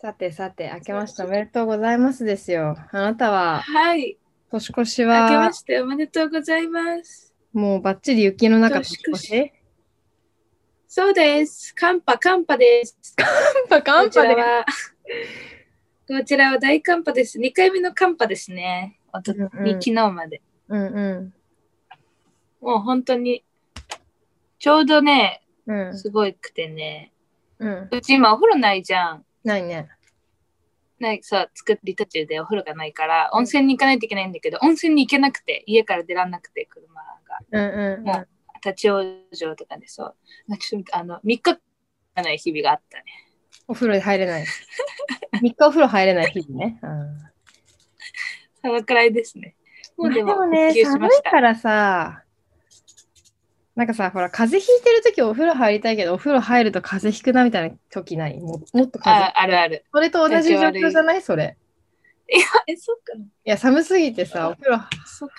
さてさて、明けましておめでとうございますですよ。あなたははい。年越し明けまはしておめでとうございます。もうバッチリ雪の中年越し年そうです。寒波、寒波です。越し寒波寒こち波らでは、 こちらは大寒波です。2回目の寒波ですね。おとうんうん昨日まで。うんうもう本当に、ちょうどね、んうんすごいくてね。うんうち今お風呂ないじゃん。ないねないさ、作り途中でお風呂がないから、温泉に行かないといけないんだけど、温泉に行けなくて、家から出らんなくて、車が。うんうんもう立ち往生とかでそう。なんかちょっとあの、3日間ない日々があったね。お風呂に入れ ない三日お風呂入れない日々ね、うんそのくらいですね。もうでもまあでもね復旧し寒ましいた。からさなんかさほら風邪ひいてる時お風呂入りたいけどお風呂入ると風邪ひくなみたいな時ないももっと風あ邪あるある。それと同じ状況じゃないそれあえ、そっかな。いや寒すぎてさお風呂そっか。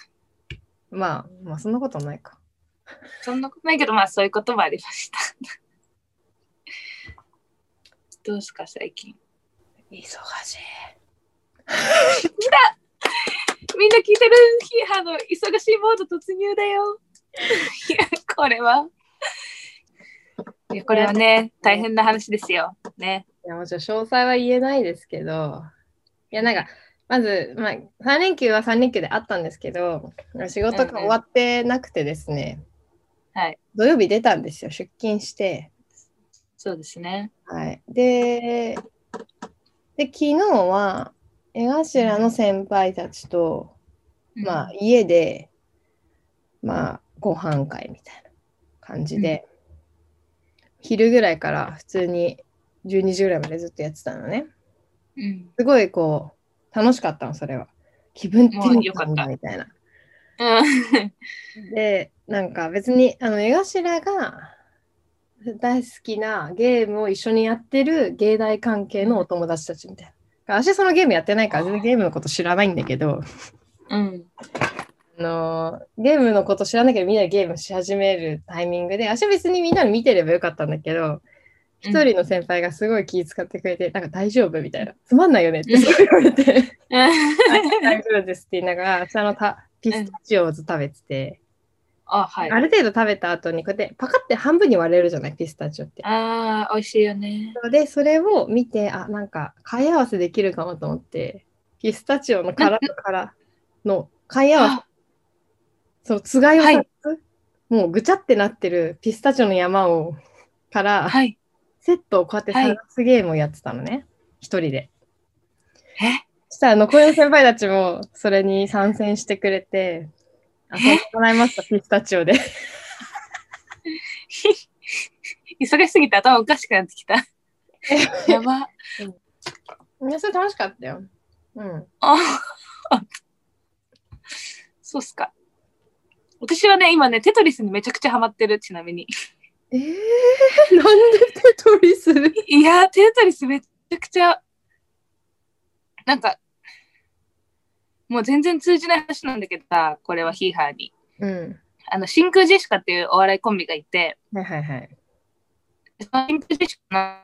まあまあそんなことないかそんなことないけど、まあそういうこともありました。 どうすか、最近。忙しいみんな聞いてる日あの、忙しいモード突入だよ。いや、これは。いや、これはね、大変な話ですよ。ね。いやもちろん詳細は言えないですけどいやなんかまず、まあ、3連休は3連休であったんですけど仕事が終わってなくてですね、はい。土曜日出たんですよ出勤してそうですね。はい、でで昨日は江頭の先輩たちと、うんまあ、、家で、まあ、ご飯会みたいな感じで、昼ぐらいから普通に12時ぐらいまでずっとやってたのねうん。すごいこう楽しかったのそれは気分転もうよか換っだたみたいなうん。でなんか別にあの江頭が大好きなゲームを一緒にやってる芸大関係のお友達たちみたいな。私そのゲームやってないから全然ゲームのこと知らないんだけど、うん。あのーゲームのこと知らないけどみんなでゲームし始めるタイミングで私別にみんなの見てればよかったんだけど一人の先輩がすごい気遣ってくれて、なんか大丈夫みたいなつまんないよねってすごい言われ て。大丈夫ですって言いながら、私あのたピスタチオをずっと食べてて、あ、はい。ある程度食べた後にこうやってパカって半分に割れるじゃない、ピスタチオって。ああ、美味しいよね。で、それを見て、あ、なんか、貝合わせできるかもと思って、ピスタチオの殻と殻の貝合わあせ、そのつがいを、はいもうぐちゃってなってるピスタチオの山を、から、はい。セットをこうやってはい探すゲームをやってたのね、一、人で。え、そしたら残りの先輩たちもそれに参戦してくれて、遊んでもら いました、ピスタチオで。 忙しすぎて頭おかしくなって きた。やば。いや、それ楽しかったよ。うん。あ そうっすか。私はね、今ね、テトリスにめちゃくちゃハマってる、ちなみに。えー、 なんで手取りする いやー、テトリスめちゃくちゃ、なんか、もう全然通じない話なんだけどさ、これはヒーハーに。うん。あの、真空ジェシカっていうお笑いコンビがいて、はいはいはい。その真空ジェシカの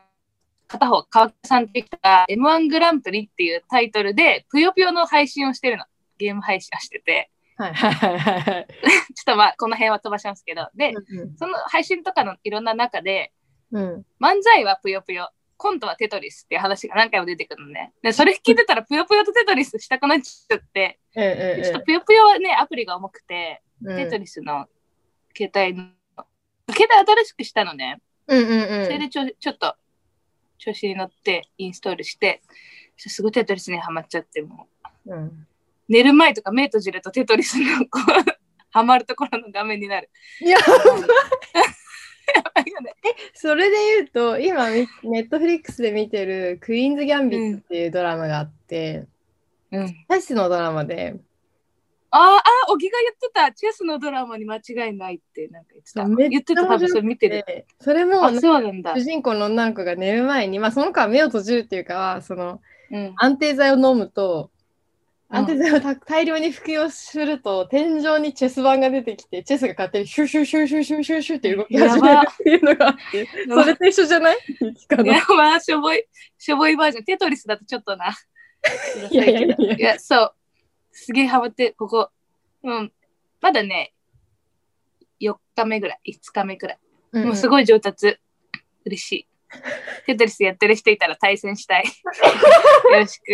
片方、川北さんっていう人が M1 グランプリっていうタイトルで、ぷよぷよの配信をしてるの。ゲーム配信をしてて。 はいはいはいはい。ちょっとまあ、この辺は飛ばしますけど。で、うんその配信とかのいろんな中で、うん。漫才はぷよぷよ、コントはテトリスっていう話が何回も出てくるのね。で、それ聞いてたら、ぷよぷよとテトリスしたくなっちゃって、うんちょっとぷよぷよはね、アプリが重くて、うんうん。テトリスの携帯の、携帯新しくしたのね。うんうんそれうん。でちょちょっと調子に乗ってインストールして、すごいテトリスにはまっちゃって、もううん寝る前とか目閉じるとテトリスのこう、はまるところの画面になる。いや、やばいよね。それで言うと、今、ネットフリックスで見てる、クイーンズ・ギャンビットっていうドラマがあって、うんチェスのドラマで、あーあー、小木が言ってた、チェスのドラマに間違いないって、なんか言ってた。めっちゃ言ってた、多分それ見てる。でそれもあ、、そうなんだ主。人公の女の子が寝る前に、まあ、その子は目を閉じるっていうかは、その、うん。安定剤を飲むとアンテナをた大量に服用すると、天井にチェス盤が出てきて、チェスが勝手にシュシュシュシュシュシュシュって動き始めるっていうのがあって、やばそれと一緒じゃないゆきかの。いや、まあ、しょぼい、しょぼいバージョン。テトリスだとちょっとな。 いやいやいやいや、そう。すげえハマって、ここ。うん。まだね、4日目ぐらい、5日目ぐらい。もうすい。ごい上達。嬉しい。テトリスやってる人いたら対戦し たい。よろしく。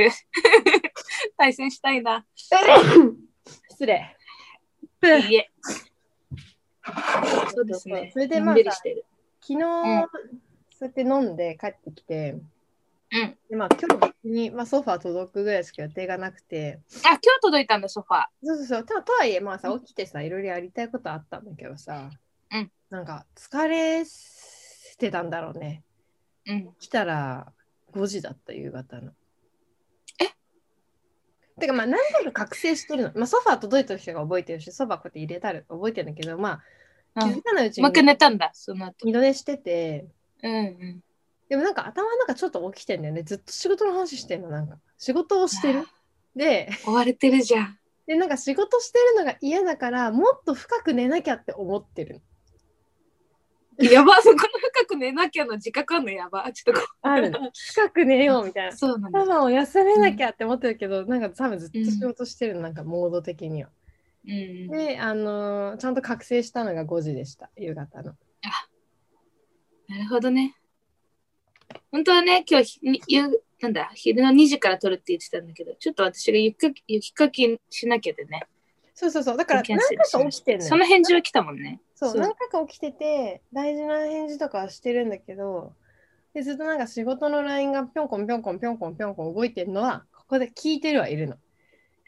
対戦したいな。失礼。いいえ。そうですね。それでまあのんびりしてる。昨日、んそうやって飲んで帰ってきて、うん。でまあ今日別に、まあ、ソファー届くぐらいしか予定がなくて、あ、今日届いたんだ、ソファー。そうそうそうととはいえまあさ起きてさいろいろやりたいことあったんだけどさ、うんなんか疲れてたんだろうねうん。来たら5時だった夕方のえてかまあ何回か覚醒してるの、まあ、ソファー届いてる人が覚えてるしソファーこうやって入れたら覚えてるんだけどまあ気づかないうちもうに一回寝たんだ、その後。二度寝しててうんうん。でもなんか頭の中ちょっと起きてんだよねずっと仕事の話してんのなんか仕事をしてる で追われてるじゃん。でなんか仕事してるのが嫌だからもっと深く寝なきゃって思ってるやば、そこの深く寝なきゃの自覚あんのやば。ちょっとこ。あるの深く寝ようみ たいう なそうなんだ。頭を休めなきゃって思ってるけど、なんか多分ずっと仕事してるのなんかモード的には、うん。であのーちゃんと覚醒したのが5時でした夕方のなるほどね。本当はね、今日ひに夕、なんだ、昼の2時から撮るって言ってたんだけど、ちょっと私が雪かき雪かきしなきゃでね、そうそうそうだからキャ何ンセ回ルしまか起きしたてんのよその返事は来たもんね。そうそう何回か起きてて大事な返事とかはしてるんだけどでずっとなんか仕事の LINE がぴょんこんぴょんこんぴょんこんぴょんこん動いてるのはここで聞いてるはいるの。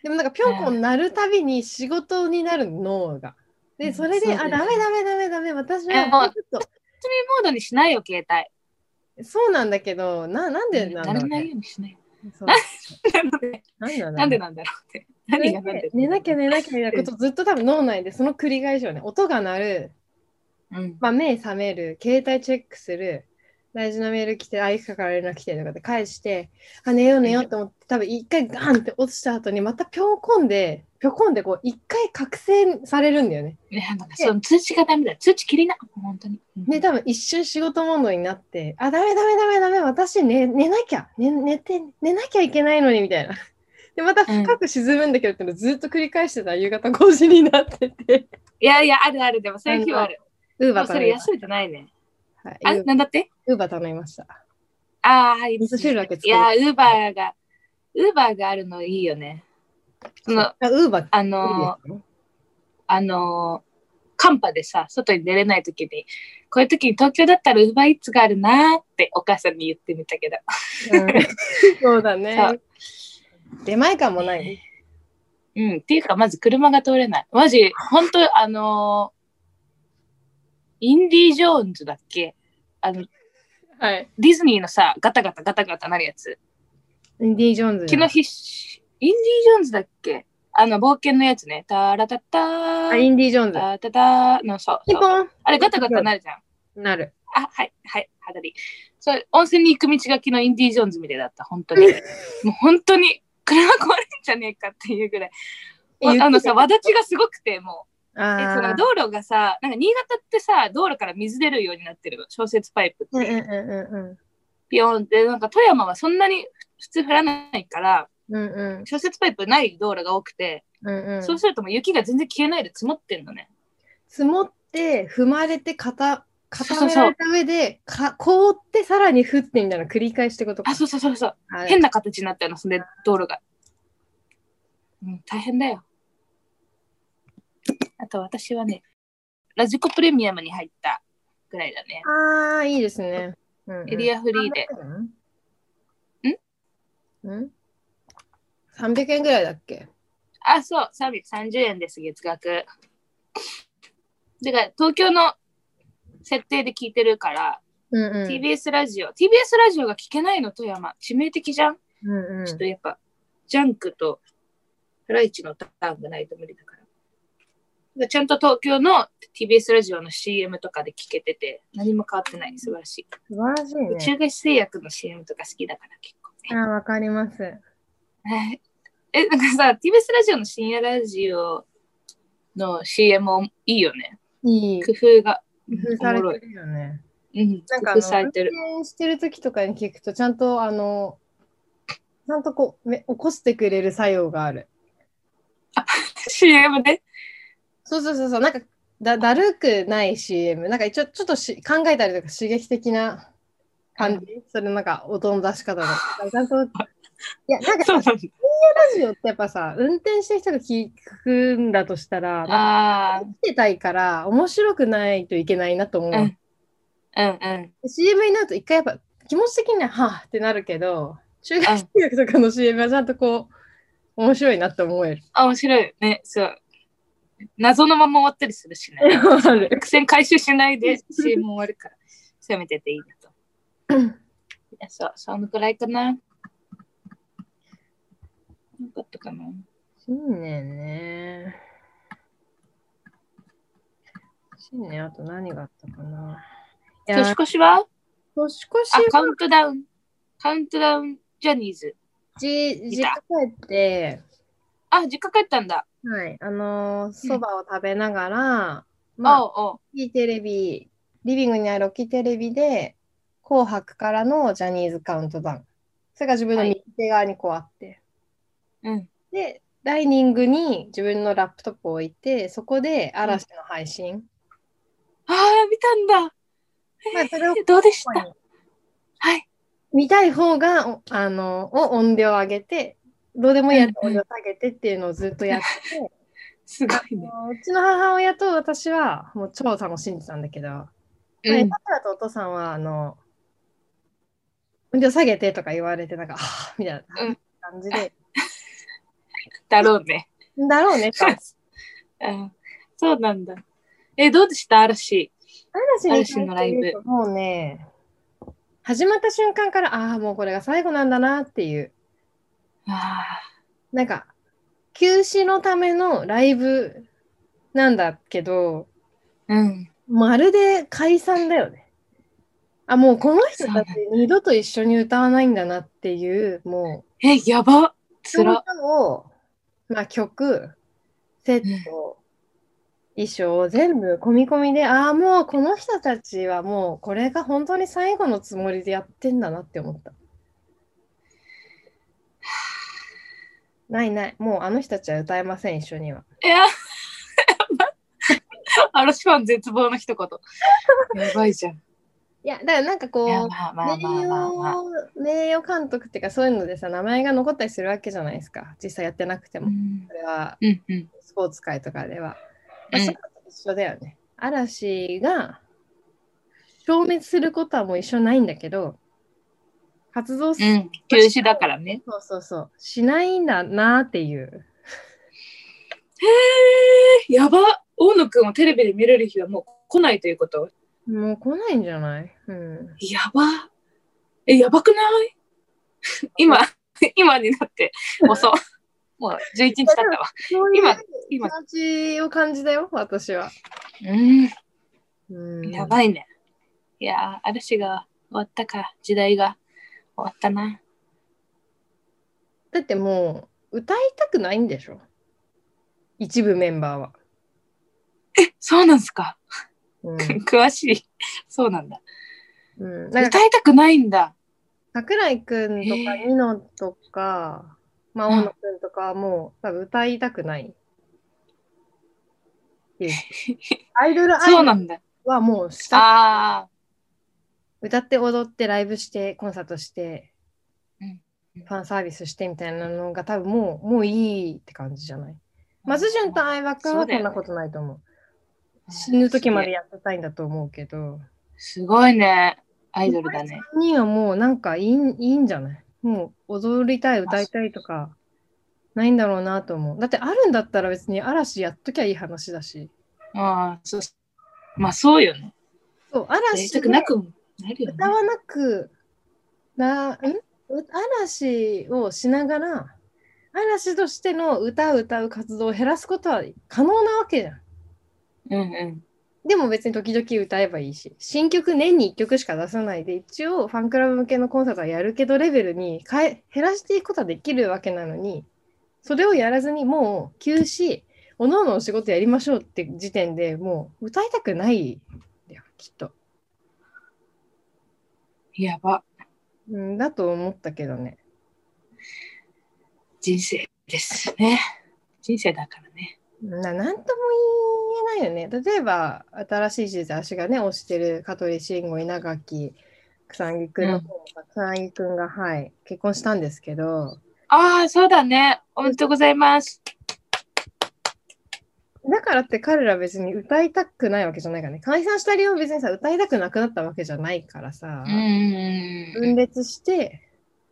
でもなんかぴょんこんなるたびに仕事になる脳が。うでんそれそうで、だよあねダメダメダメダメ私えはもうちょっ休みモードにしないよ、携帯。とそうなんだけどななんでなんだろらう、ないねよ うにしない。そうなんでなんだ ろうね なんでなんだろうって。何がなんで寝なきゃ寝なきゃみたいなことずっと多分脳内でその繰り返しをね音が鳴るうん。まあ、目覚める、携帯チェックする、大事なメール来て、あ、いくかから連絡来てとかで返して、あ、寝よう寝ようと思って、多分一回ガンって落ちた後に、またぴょんこんで、ぴょこんで、こう、一回覚醒されるんだよね。ね、なんかその通知がダメだ。通知切りな。本当に。うんで、多分一瞬仕事モードになって、あ、ダメダメダメダメ、私寝寝なきゃ、寝寝て、寝なきゃいけないのに、みたいな。で、また深く沈むんだけどってのをずっと繰り返してたら夕方5時になってて、いやいや、あるある。でもそういう日はある。ウーもバ うーそ頼れみまし休めてないね。た。はあ、いなんだってウーバー頼みました。ああ、いいで味す噌ね汁だけ作いる。や、ウーバーが、ウーバーがあるのいいよね。その、ウーバーあのいー、いですよあのー、寒波でさ、外に出れない時に、こういう時に東京だったらウーバーイーツがあるなーってお母さんに言ってみたけど。そうだそねう。出前感もない。うん、っていうか、まず車が通れない。マジ、本当あのー、インディ・ジョーンズだっけあの、はい。ディズニーのさ、ガタガタガタガタなるやつ。インディ・ジョーンズ昨日必死、インディ・ジョーンズだっけあの、冒険のやつね。タラタタあ、ーインディ・ジョーンズ。タタタの、そうピそう。ポンあれ、ガタガタなるじゃん。なる。あ、はい、はい、はだり。そう、温泉に行く道が昨日インディ・ジョーンズみたいだった、本当に。もう本当に、車壊れんじゃねえかっていうぐらい。ああのさ、わだちがすごくて、もう。えそあの道路がさ、なんか新潟ってさ、道路から水出るようになってるの、小雪パイプーっうんて。うんうピヨンって、なんか富山はそんなに普通降らないから、んうん。うんうん小雪パイプない道路が多くて、うんうん。そうするともう雪が全然消えないで積もってんのね。積もって、踏まれて、固そ固うめそらうそうれた上で、か凍って、さらに降ってみたいな繰り返しってことかあ、。そうそうそうそう。あ変な形になったの、それで道路が。うん、大変だよ。あと私はね、ラジコプレミアムに入ったぐらいだね。あー、いいですね。エリアアフリーで。。んん ?300 円ぐらいだっけあ、そう、330円です、月額。だから、東京の設定で聞いてるから、うんうん。 TBS ラジオ。TBS ラジオが聞けないの、富山。致命的じゃん、うんうんちょっとやっぱ、ジャンクとハライチのターンがないと無理だから。だからちゃんと東京の TBS ラジオの CM とかで聞けてて、何も変わってない、素晴らしい。素晴らしいね。宇宙菓子製薬の CM とか好きだから結構ね。あ、わかります。はいえ、なんかさ、TBS ラジオの深夜ラジオの CM をいいよね。いい。工夫が。工夫されてるよね。うん、なん工かあ夫の、されてる。 運転してる時とかに聞くと、ちゃんとあの、ちゃんとこう、め起こしてくれる作用がある。 CM で。そうそうそうそう、なんかだだるくない CM。なんか一応ちょっとし考えたりとか刺激的な感じ。それなんか音の出し方が。ちゃんと、いや、なんかそうラなんだ。ジオってやっぱさ、運転してる人が聞くんだとしたら、なんかあ見てたいから面白くないといけないなと思う。うんあ、うんうん。 CM になると一回やっぱ気持ち的にははあってなるけど中学生とかの CM はちゃんとこう面白いなって思える。あ、面白いよね。そう。謎のまま終わったりする しね。ある伏線回収しないで CM 終わるから、せめてていいなと。いや、そう、そのくらいかな。よかったかな。新年ね。新年あと何があったかな。い年や越しは年越しあ、カはウントダウン。カウントダウンジャニーズ。じ実家帰って、あ、実家帰ったんだ。はい、あのそばを食べながら、まあおうおう。大きいテレビ、リビングにある大きいテレビで、紅白からのジャニーズカウントダウン。それが自分の右手側にこうあって。うん。で、ダイニングに自分のラップトップを置いて、そこで嵐の配信。ああ、見たんだ。まあ、それをどうでした はい。見たい方が、おあの、を音量上げて、どうでもいいやつを音量下げてっていうのをずっとやっ てて、すご いね。あのうちの母親と私はもう超楽しんでたんだけど、まあ、うんパパとお父さんは、あの、音量下げてとか言われて、なんか、あーみたいなうん感じで、だろうね。だろうねと。うん。そうなんだ。え、どうでした嵐。嵐に嵐のライブもうね、始まった瞬間から、ああ、もうこれが最後なんだなっていう、あなんか、休止のためのライブなんだけど、あ。うん。まるで解散だよね。あ、もうこの人たち二度と一緒に歌わないんだなっていう、もう、え、やば。そつのら。歌を、まあ、曲、セット、衣装、全部込み込みで、ああ、もうこの人たちはもうこれが本当に最後のつもりでやってんだなって思 った。ないない、もうあの人たちは歌えません、一緒には。いや、やば 嵐ファン絶望の一言。 やばいじゃん。いや、だからなんかこ、いうや、まあまあまあ名まあ、まあ。誉名誉監督っていうかそういうのでさ名前が残ったりするわけじゃないですか実際やってなくてうも、んそれはうんうんスポーツ界とかでは、まうあ、んそういうのと一緒だよね嵐が消滅することはもう一緒ないんだけど活動す、うん。休止だからね。そうそうそうしないんだなっていうえー、やば。大野くんをテレビで見れる日はもう来ないということ。もう来ないんじゃない、うん、やば。え、やばくない 今、 今になって 遅。もう11日経ったわ。そういう今、気持今。ちを感じだよ私は、うん。うん、やばいね。いやー、嵐が終わったか、時代が終わったな。だってもう歌いたくないんでしょ一部メンバーは。そうなんすか。うん 詳しい。そうなんだ。うん、 なんか歌いたくないんだ。桜井くんとかへえニノとか、まあ、うん大野くんとかはもう多分歌いたく ない。っていうアイドルアイそうドなルんだ。はもうしたああ。歌って踊ってライブしてコンサートして、うんファンサービスしてみたいなのが多分もうもういいって感じじゃない。松潤と相葉くんそうはだこよんねなことないと思う。死ぬ時までやってたいんだと思うけど。すごいね。アイドルだね。 3人はもうなんかいいんいいんじゃないもう踊りたい、歌いたいとかないんだろうなと思う。だってあるんだったら別に嵐やっときゃいい話だし。ああ、そう。まあそうよね。そう、やり嵐たでくなくもなるよね歌。わなくな、ん嵐をしながら、嵐としての歌を歌う活動を減らすことは可能なわけじゃん。うんうん。でも別に時々歌えばいいし、新曲年に1曲しか出さないで、一応ファンクラブ向けのコンサートはやるけどレベルに変え減らしていくことはできるわけなのに、それをやらずにもう休止おのおのお仕事やりましょうって時点でもう歌いたくないんだよきっと、やば。うん、だと思ったけどね人生ですね。人生だからね。ななんとも言えないよね。例えば、新しい地図足がね、押してる香取慎吾、稲垣、草薙くんの方が、草薙くんが、はい、結婚したんですけど、ああ、そうだね。おめでとうございます。だからって彼ら別に歌いたくないわけじゃないからね。解散した理由も別にさ、歌いたくなくなったわけじゃないからさ、うんうんうん。分裂して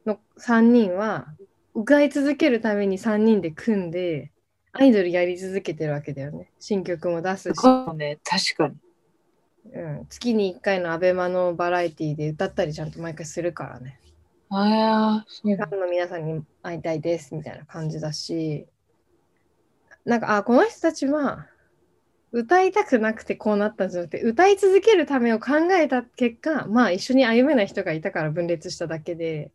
の3人は、うがい続けるために3人で組んで、アイドルやり続けてるわけだよね。新曲も出すし。すごいね。確かに。うん、月に1回のアベマのバラエティで歌ったりちゃんと毎回するからね。ああ、そうファンの皆さんに会いたいですみたいな感じだし、なんか、あ、この人たちは歌いたくなくてこうなったんじゃなくて、歌い続けるためを考えた結果、まあ一緒に歩めない人がいたから分裂しただけで、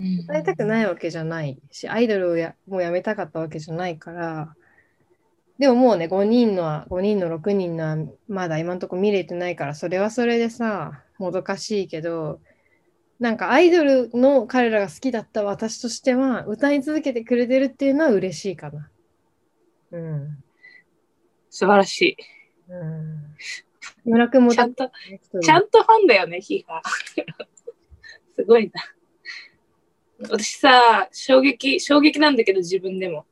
歌いたくい。ないわけじゃないし、アイドルをやもうやめたかったわけじゃないから、でももうね、5人のは、5人の6人のは、まだ今のところ見れてないから、それはそれでさ、もどかしいけど、なんかアイドルの彼らが好きだった私としては、歌い続けてくれてるっていうのは嬉しいかな。うん。素晴らしい。うん。村君もちゃだんと、ちちゃんとファンだよね、ヒーハー。 すごいな。私さ、衝撃、衝撃なんだけど、自分でも。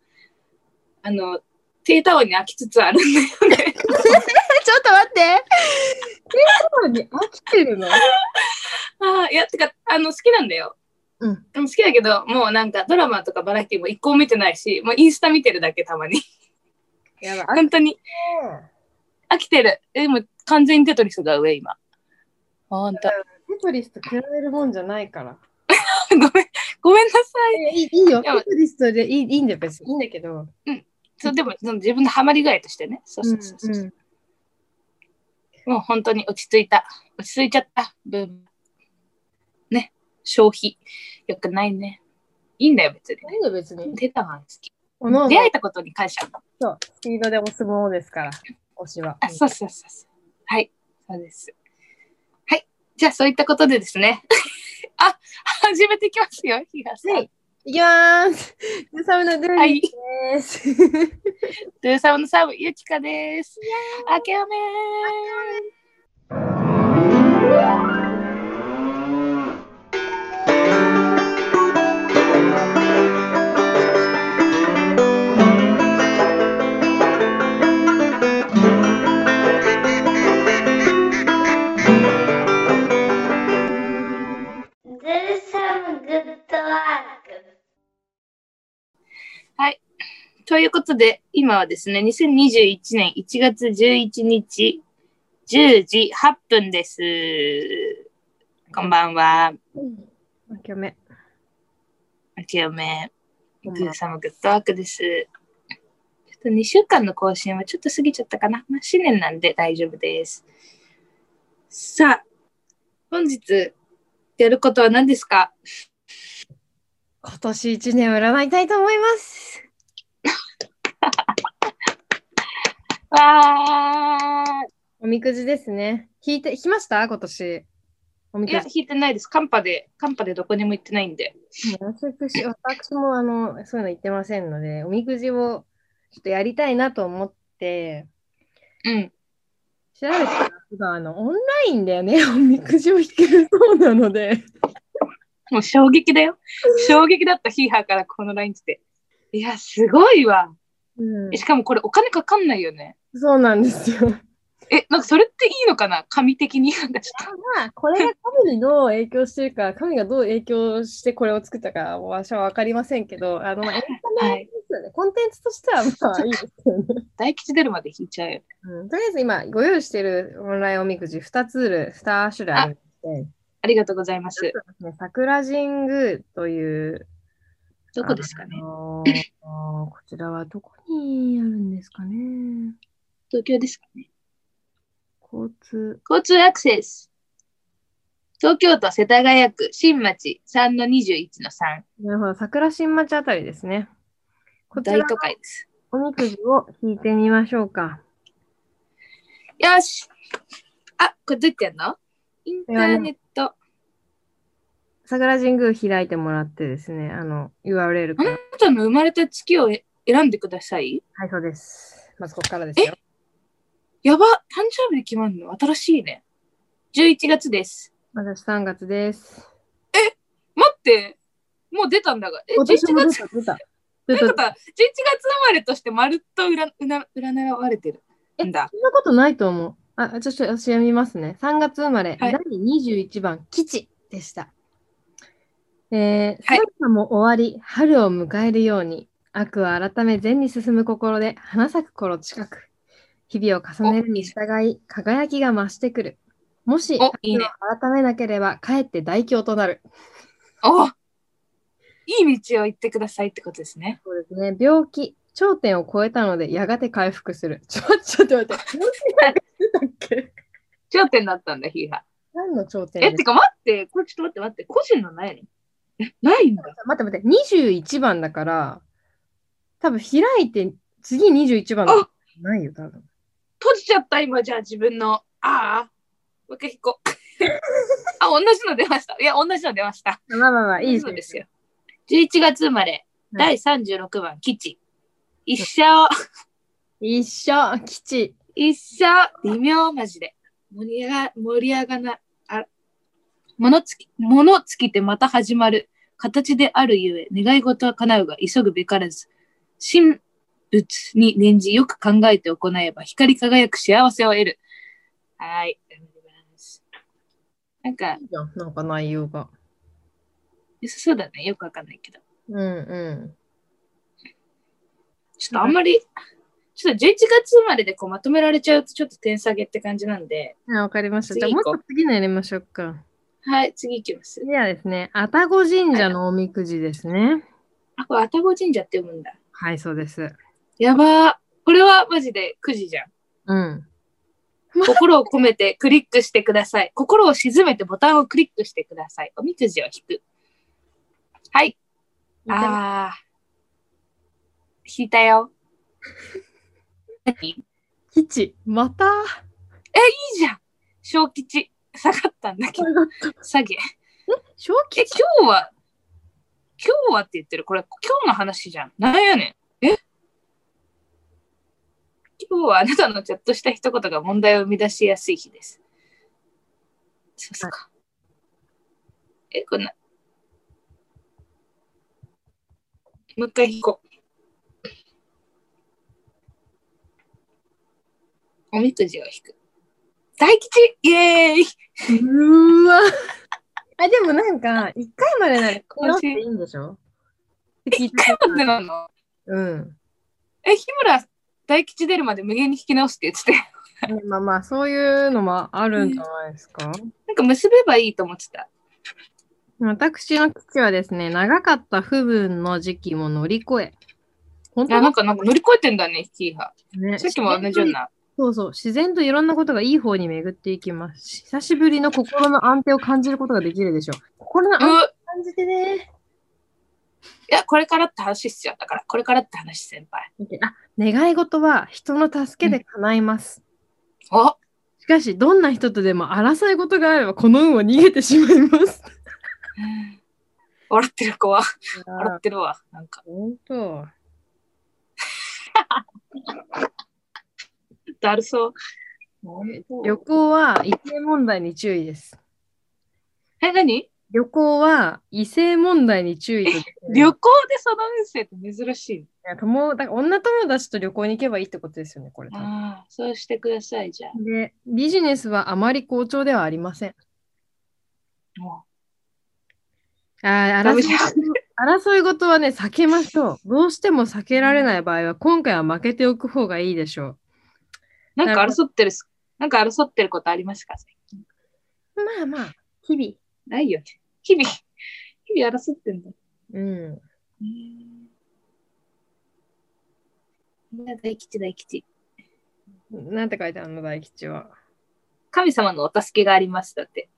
あの、テータオに飽きつつあるんだよね。 ょっと待ってえ、に飽きてるのああ、いや、てか、あの、好きなんだよ。うん。でも好きだけど、もうなんかドラマとかバラエティも一個も見てないし、もうインスタ見てるだけたまに。やばい。本当に飽きてる。えでも完全にテトリスが上、今。ほんと。テトリスと比べるもんじゃないから。 ごめん、ごめんなさい。いいいいよ。でもテトリストでいいいいんだよ、別に。いいんだけど。そうでもその自分のハマり具合としてね。そうそうそうそう、うんうんもう本当に落ち着いた。落ち着いちゃった。ブーム。ね。消費。よくないね。いいんだよ、別に。いいよ、別に。出たわ、好き。おのおの出会えたことに感謝。そうスピードで押すものですから、推しは。あ、そうそうそうそう。はい。そうです。はい。じゃあ、そういったことでですね。 あ、始めていきますよ、ヒガさん。はいいきまーす。ルサムのドゥーリーです。トゥーサムのサム、ゆきかです。あけおめーということで、今はですね、2021年1月11日、10時8分です。こんばんは。あきょめ。あけおめ。こんグばんはーサムグッドワークです。ちょっと2週間の更新はちょっと過ぎちゃったかな。まあ、新年なんで大丈夫です。さあ、本日やることは何ですか今年一年を占いたいと思います。わおみくじですね。引いて、引きました今年。おみーいくや、じ。引いてないです。カンパで、カンパでどこにも行ってないんで。私私もあのそういうの言ってませんので、おみくじをちょっとやりたいなと思って、うん。調べたら今あのオンラインだよね、おみくじを引けるそうなので、もう衝撃だよ。衝撃だった、ヒーハーからこの LINE 来て。いや、すごいわ。うんえしかもこれお金かかんないよね。そうなんですよ。え、なんかそれっていいのかな神的に。なんかちょっとまあ、これが神にどう影響してるか、神がどう影響してこれを作ったか、私は分かりませんけど、あの、まあエンタはメいで。すよね、コンテンツとしてはまあいいですよね。大吉出るまで引いちゃうよ。うんとりあえず今、ご用意しているオンラインおみくじ2ツール、2種類あるので、ありがとうございます。ね桜神宮という、どこですかあねのーこちらはどこにあるんですかね。東京ですかね交通。交通アクセス。東京都世田谷区新町3の21の3。なるほど、桜新町あたりですね。こちら大の都会です。おみくじを引いてみましょうか。よし。あ、これどうやってやんのインターネット。桜神宮開いてもらってですね、あの URL から。あなたの生まれた月をえ選んでください。はい、そうです。まずここからですよ。やば、誕生日で決まるの新しいね。11月です。私3月です。待って、もう出たんだが。え、11月、私ともいう出た、出た。出たことは、11月生まれとしてまるっと占占占われてるえんだ。そんなことないと思う。あ、ちょっと私読みますね。3月生まれ、はい第21番、吉でした。えー、はい寒さも終わり、春を迎えるように、悪は改め善に進む心で、花咲く頃近く。日々を重ねるに従い、輝きが増してくる。もし、おいいね春を改めなければ、かえって大凶となる。おいい道を行ってくださいってことですね。そうですね。病気、頂点を超えたので、やがて回復する。ちょ、ちょっと待って。何てたっけ頂点だったんだ、ヒーハ何の頂点ー。え、てか待って、これちょっと待って待って、個人のないのえないんだ。待って待って、21番だから、多分開いて次21番だあないよ、多分。閉じちゃった今じゃあ自分のああもう一回引こう あ同じの出ましたいや同じの出ましたまあまあまあ、いいそうですよ11月生まれ、はい第36番吉一生一緒、吉。一生微妙マジで盛り上が盛り上がなあ物つき物つきてまた始まる形であるゆえ願い事は叶うが急ぐべからず神仏に念じよく考えて行えば光り輝く幸せを得るはい頑張りますなんかいいじゃんなんか内容が。良さそうだねよくわかんないけどうんうちょっとあんまりちょっと11月生まれでこうまとめられちゃうとちょっと点下げって感じなんでん。あわかりました。じ次ゃあ、もう行ちこうょっと次のやりましょうか。はい次いきます次はですね、愛宕神社のおみくじですね。あこれ愛宕神社って読むんだはい、そうです。やばー。これはマジで9時じ ゃん。うん。心を込めてクリックしてください。心を沈めてボタンをクリックしてください。おみくじを引く。はい。あー。引いたよ。 何いい吉、また。じゃん。小吉。下がったんだけど。下げ。え、小吉今日は、今日はって言ってる。これ、今日の話じゃん。なんやねん。え今日はあなたのちょっとした一言が問題を生み出しやすい日です。そうっすか。え、こんな。もう一回引こう。おみくじを引く。大吉イエーイうー わ。あ、でもなんか、1回までなら、こうっていいんでしょって聞いたことなんあるでなのうん。え、日村大吉出るまで無限に引き直すって言って たよ。ねまあまあ、そういうのもあるんじゃないですか。なんか結べばいいと思ってた。私の父はですね、長かった不分の時期も乗り越え、本あ当なんかなんか乗り越えてんだね、キーハ。にね、さっきも同じような。そうそう、自然といろんなことがいい方に巡っていきます。久しぶりの心の安定を感じることができるでしょう。心のう安定をい感じてね。や、これからって話しちゃったから、これからって話、先輩。あ、願い事は人の助けで叶います。おしかし、どんな人とでも争い事があれば、この運を逃げてしまいます。 笑ってる子は、笑ってるわ。なんか、本当。だるそう。旅行は一定問題に注意です。え、何旅行は異性問題に注意と、 旅行でその運勢って珍しい。友だから女友達と旅行に行けばいいってことですよね、これ。多分ああ、そうしてください、じゃあ。で、ビジネスはあまり好調ではありません。もあーダ争メい じゃん争い事はね、避けましょう。どうしても避けられない場合は、今回は負けておく方がいいでしょうなんか争ってる、なんか争ってることありますかう。まあまあ、日ないよね。日々、日々争ってんだ。々。うん。みんな大吉大吉。なんて書いてあるの、大吉は。神様のお助けがあります。だって。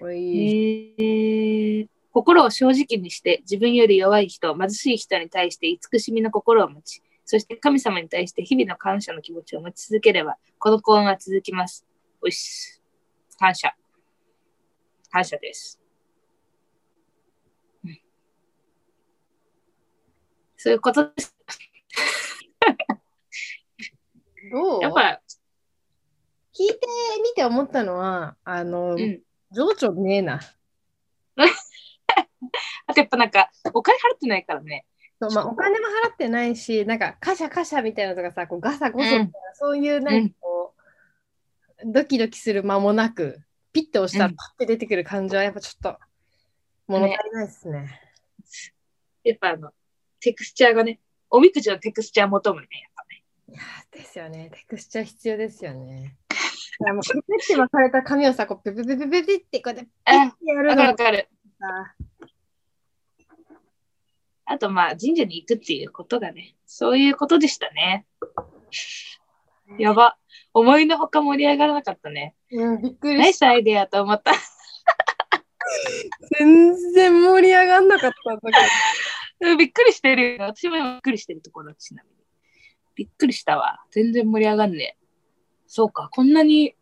おいへえー。心を正直にして自分より弱い人、貧しい人に対して慈しみの心を持ち、そして神様に対して日々の感謝の気持ちを持ち続ければ、この幸運は続きます。おいし。感謝。感謝です。うんそういうことです。どうやっぱ、聞いてみて思ったのは、あの、うん。情緒ねえな。あとやっぱなんか、お金払ってないからね。そうまあ、お金も払ってないし、なんかカシャカシャみたいなのとかさ、こうガサゴソみたいな、うんそういうなんかこう、ドキドキする間もなく、ピッて押したらうんパッて出てくる感じはやっぱちょっと物足りないですね。やっぱあの、テクスチャーがね、おみくじのテクスチャー求むね。やっぱねいやーですよね。テクスチャー必要ですよね。だからもうピピって巻かれた髪をさ、こうピピピピピピってこうやってピッてやるのわかるもわかる。さ、あとまあ、神社に行くっていうことがね、そういうことでしたね。やば。思いのほか盛り上がらなかったね。うん、びっくナりイしスアイデアと思った。た。全然盛り上がんなかったんだけうんびっくりしてるよ。私も今びっくりしてるところ、ちなみに。びっくりしたわ。全然盛り上がんねえ。そうか、こんなに、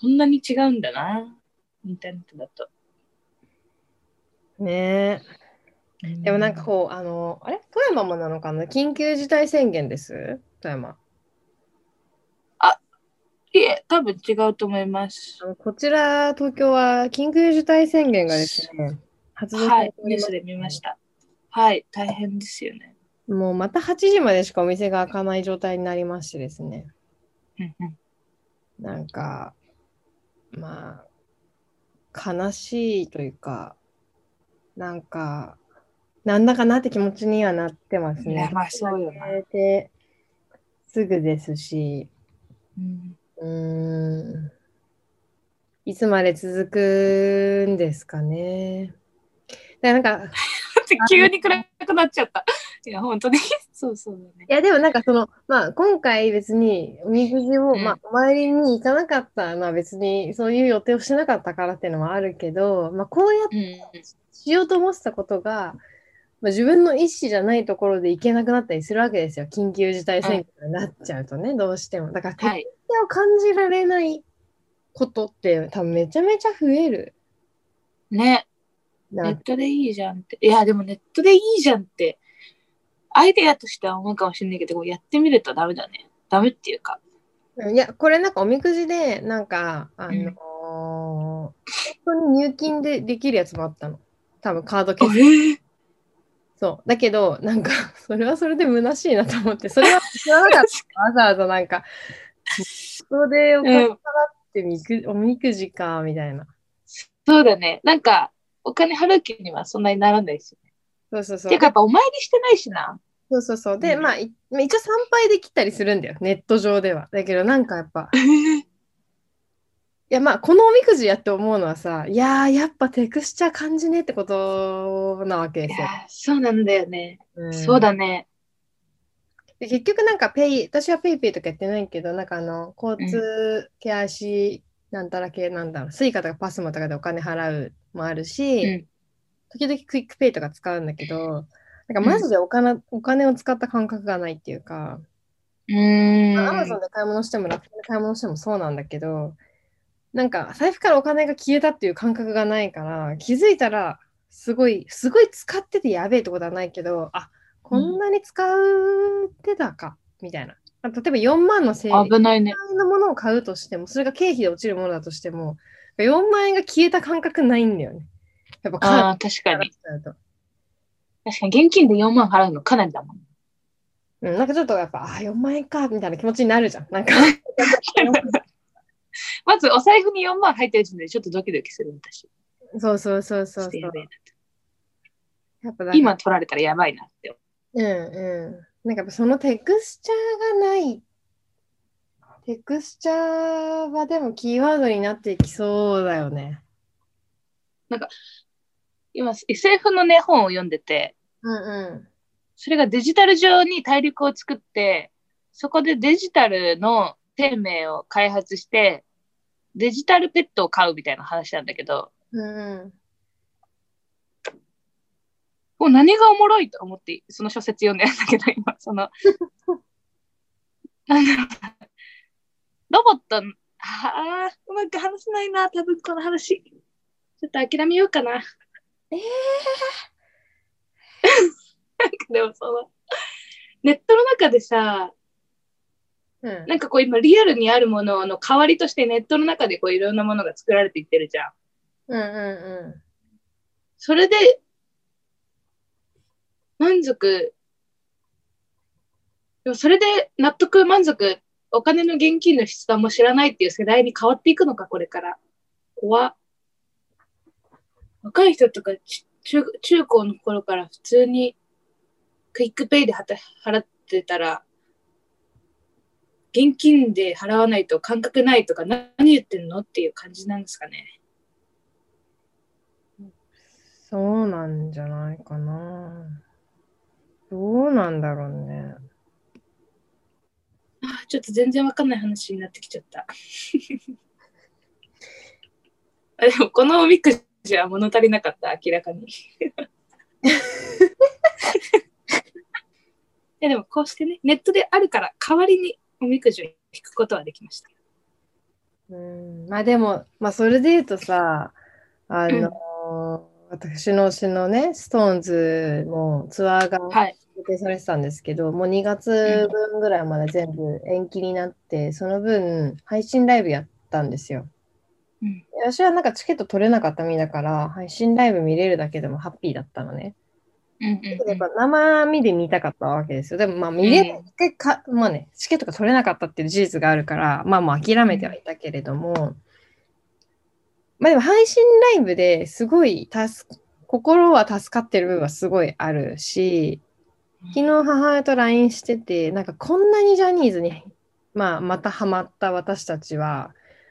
こんなに違うんだな。インターネットだと。ど。ねえ。でもなんかこう、あの、あれ富山もなのかな緊急事態宣言です富山。いえ、多分違うと思いますあ。のこちら、東京は緊急事態宣言がですね、発動さはれいて、おニュりまースす。で見ました。はい、大変ですよね。もうまた8時までしかお店が開かない状態になりましてですね。うんうんなんか、まあ、悲しいというか、なんか、なんだかなって気持ちにはなってますいやね。まあそうよな生まれてすぐですし、うん うーん、いつまで続くんですかね。だからなんか、だって急に暗くなっちゃった。いや、本当に。そうそうだね。いやでもなんかその、まあ今回別におみくじを、うんまあお参りに行かなかったのは別にそういう予定をしてなかったからっていうのもあるけど、まあこうやってうんしようと思ってたことが、まあ、自分の意思じゃないところで行けなくなったりするわけですよ緊急事態宣言になっちゃうとね、どうしてもだからうん。は徹い。底を感じられないことって多分めちゃめちゃ増えるね。なネットでいいじゃんって。いや、でもネットでいいじゃんって、アイデアとしては思うかもしれないけど、こうやってみるとダメだね。ダメっていうか。いやこれなんかおみくじでなんかあのーう本当に入金でできるやつもあったの多分カード決済えそうだけどなんか それはそれで虚しいなと思ってそ れは知らなかったわざわざなんかそこでお金払ってみく、おみくじかみたいなそうだね。なんか、お金払う気にはそんなにならないし。そうそうそてういうか、やっぱお参りしてないしな。そうそうそうで、うんまあいまあ一応参拝できたりするんだよネット上ではだけどなんかやっぱいやまあこのおみくじやって思うのはさいやーやっぱテクスチャー感じねえってことなわけいですよや、そうなんだよね。んそうだね。で結局なんかペイ、私はペイペイとかやってないけど、なんかあの、交通ケアし、なんたら系なんだろう、スイカとかパスモとかでお金払うもあるし、うん時々クイックペイとか使うんだけど、なんかマジでお金,、お金を使った感覚がないっていうか、うーん。アマゾンで買い物しても楽天で買い物してもそうなんだけど、なんか財布からお金が消えたっていう感覚がないから、気づいたら、すごい、すごい使っててやべえってことはないけど、あこんなに使う手だか、みたいな。あ例えば4万の整理危ない ね。のものを買うとしても、それが経費で落ちるものだとしても、4万円が消えた感覚ないんだよね。やっぱカーああー、確ド払かっに。ちゃうと。確かに、現金で4万払うのかなりだもん。 うん、なんかちょっとやっぱ、あー4万円か、みたいな気持ちになるじゃん。なんか、まず、お財布に4万入ってる時点でちょっとドキドキする私。そうそうそうそうちょそっうと。やべえなやっぱだから今取られたらやばいなってうんうん。なんかやっぱそのテクスチャーがない。テクスチャーはでもキーワードになっていきそうだよね。今 SF のね本を読んでてうんうそれがデジタル上に大陸を作ってそこでデジタルの生命を開発してデジタルペットを飼うみたいな話なんだけどん。うんうん。こう何がおもろいと思って、その小説読んでるんだけど、今、 その、なんだろうロボットの、ああ、うまく話せないな、多分この話。ちょっと諦めようかな。えー なんかでもその、ネットの中でさ、うんなんかこう今リアルにあるものの代わりとしてネットの中でこういろんなものが作られていってるじゃん。うんうそれで、満足、でもそれで納得、満足、お金の現金の質感も知らないっていう世代に変わっていくのか、これから。怖っ若い人とかち中、中高の頃から普通にクイックペイではた払ってたら、現金で払わないと感覚ないとか何言ってんのっていう感じなんですかね。ん。そうなんじゃないかな。どうなんだろうね。あ ーちょっと全然わかんない話になってきちゃった。 あでもこのおみくじは物足りなかった、明らかに。い やでもこうしてね、ネットであるから代わりにおみくじを引くことはできました。うん、まあでも、まあそれで言うとさ、あの私の推しのね、ストーンズもツアーがはい。予定されてたんですけど、もう2月分ぐらいまで全部延期になって、その分配信ライブやったんですよ。うん私はなんかチケット取れなかった身だから、配信ライブ見れるだけでもハッピーだったのね。うんうんやっぱ生身で見たかったわけですよ。でもまあ見れなうくてか、まあね、チケットが取れなかったっていう事実があるから、まあもう諦めてはいたけれども、まあでも配信ライブですごい助心は助かってる部分はすごいあるし、昨日母親と LINE してて、なんかこんなにジャニーズに、まあ、またハマった私たちは、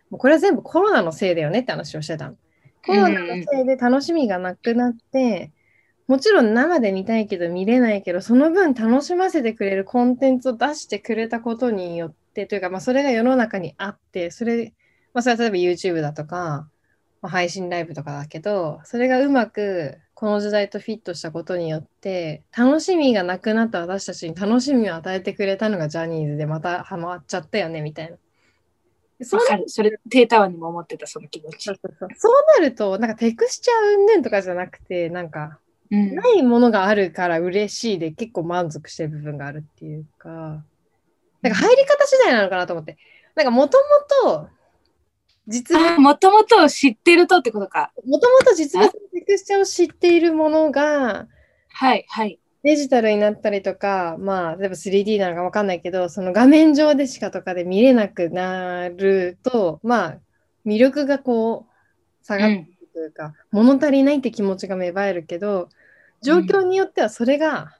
もうこれは全部コロナのせいだよねって話をしてたの。コロナのせいで楽しみがなくなって、もちろん生で見たいけど見れないけど、その分楽しませてくれるコンテンツを出してくれたことによって、というか、まあ、それが世の中にあって、それ、まあ、それは例えば YouTube だとか、まあ、配信ライブとかだけど、それがうまくこの時代とフィットしたことによって、楽しみがなくなった私たちに楽しみを与えてくれたのがジャニーズで、またハマっちゃったよね、みたいな。でそうわなかる。それ、低タワーにも思ってた、その気持ちそう。そうそうそうなると、なんかテクスチャー云々とかじゃなくて、なんか、うんないものがあるから嬉しいで、結構満足してる部分があるっていうか、なんか入り方次第なのかなと思って、なんかもともと、実物、あもともと知ってるとってことか。もともと実物のテクスチャーを知っているものが、はい、はい。デジタルになったりとか、まあ、例えば 3D なのかわかんないけど、その画面上でしかとかで見れなくなると、まあ、魅力がこう、下うがっん。というか物足りないって気持ちが芽生えるけど状況によってはそれが、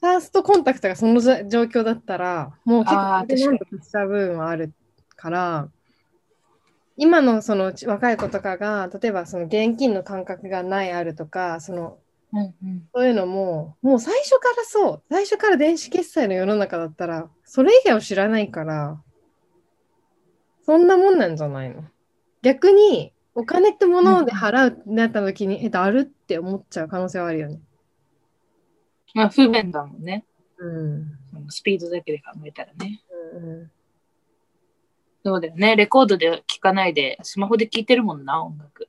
ファーストコンタクトがそのじ状況だったらもう結あ構ー確かに満足した部分はあるから今のそのち若い子とかが例えばその現金の感覚がないあるとかそのうんうんそういうのももう最初からそう最初から電子決済の世の中だったらそれ以外を知らないからそんなもんなんじゃないの逆にお金ってもので払うってなった時に、えだるって思っちゃう可能性はあるよね。まあ、不便だもんね。うんスピードだけで考えたらね。うそうだよね。レコードで聴かないで、スマホで聴いてるもんな、音楽。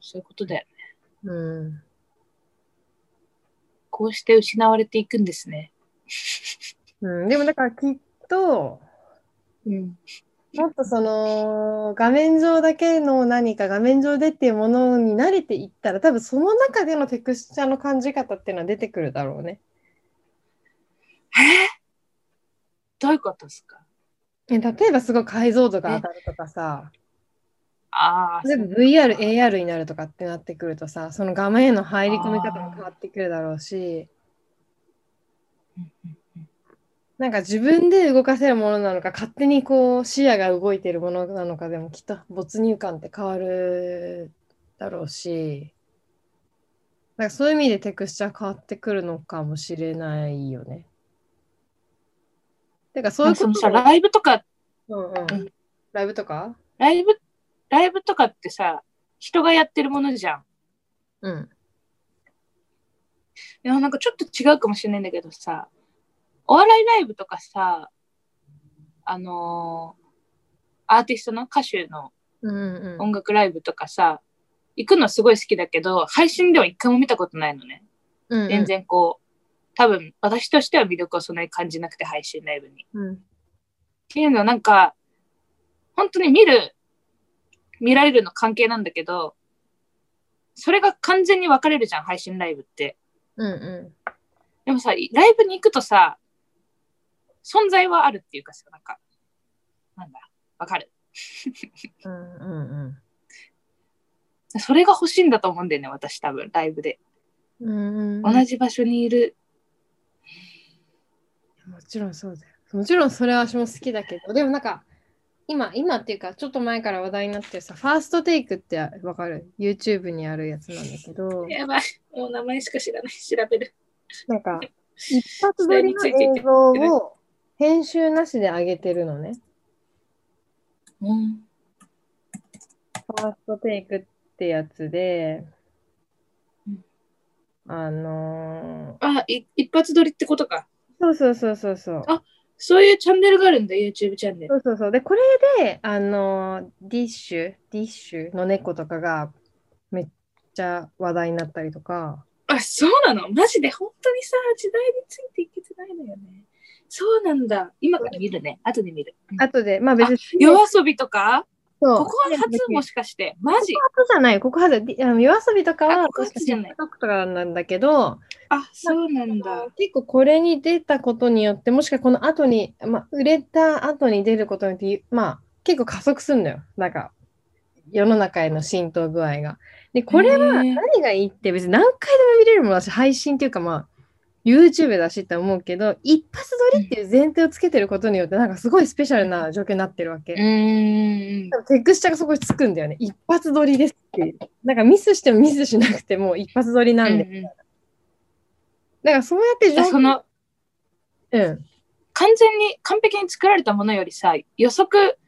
そういうことだよね。んうんこうして失われていくんですね。うん、でもだからきっとうん。もっとその画面上だけの何か画面上でっていうものに慣れていったら多分その中でのテクスチャーの感じ方っていうのは出てくるだろうね。どういうことですかえ例えばすごい解像度が上がるとかさ、ああ、例えば VR、AR になるとかってなってくるとさ、その画面への入り込み方もあー変わってくるだろうし、うんうんうんなんか自分で動かせるものなのか、勝手にこう視野が動いてるものなのかでもきっと没入感って変わるだろうし、なんかそういう意味でテクスチャー変わってくるのかもしれないよね。てかそうないんうこかそのとさ、ライブとか、うんうん、ライブとかライブ、ライブとかってさ、人がやってるものじゃん。うん。いやなんかちょっと違うかもしれないんだけどさお笑いライブとかさあのーアーティストの歌手のうんうん。音楽ライブとかさ行くのすごい好きだけど配信では一回も見たことないのねうんうん全。然こう多分私としては魅力をそんなに感じなくて配信ライブに。うんっていうのはなんか、本当に見る、見られるの関係なんだけど、それが完全に分かれるじゃん、配信ライブって。うんうでもさ、ライブに行くとさ、存在はあるっていうかさ、なんか、なんだ、分かる。ん。うんうんそれが欲しいんだと思うんだよね、私多分、ライブで。うん。うんうん。同じ場所にいる。もちろんそうだよ。もちろんそれは私も好きだけど、でもなんか、今、今っていうか、ちょっと前から話題になってるさ、ファーストテイクってわかる ?YouTube にあるやつなんだけど、やばい、もう名前しか知らない、調べる。なんか、一発撮りの映像を編集なしで上げてるのね。うん。ファーストテイクってやつでうん、あのあ、い一発撮りってことか。ーそうそうそうそうそう。そういうチャンネルがあるんだ、YouTube チャンネル。そうそうそう。で、これで、あの、ディッシュ、ディッシュの猫とかがめっちゃ話題になったりとか、あ、そうなのマジで本当にさ、時代についていけてないのよね。そうなんだ。今から見るね。後で見る。あとで、まあ別に、夜遊びとかそうここは初もしかして。マジここ初じゃない、ここ初であの夜遊びとかあは、ここ初じゃない TikTok とかなんだけど、あ、そうなんだ。結構これに出たことによって、もしかこの後に、まあ、売れた後に出ることによって、まあ、結構加速するのよ。なんか、世の中への浸透具合が。で、これはへー何がいいって、別に何回でも見れるものだし、配信っていうか、まあ、YouTube だしって思うけど、一発撮りっていう前提をつけてることによって、なんかすごいスペシャルな状況になってるわけ。うーん。多分テクスチャーがそこにつくんだよね。一発撮りですっていう。なんかミスしてもミスしなくても一発撮りなんで。うんうんだからそうやってあその、うん。完全に完璧に作られたものよりさ、予測、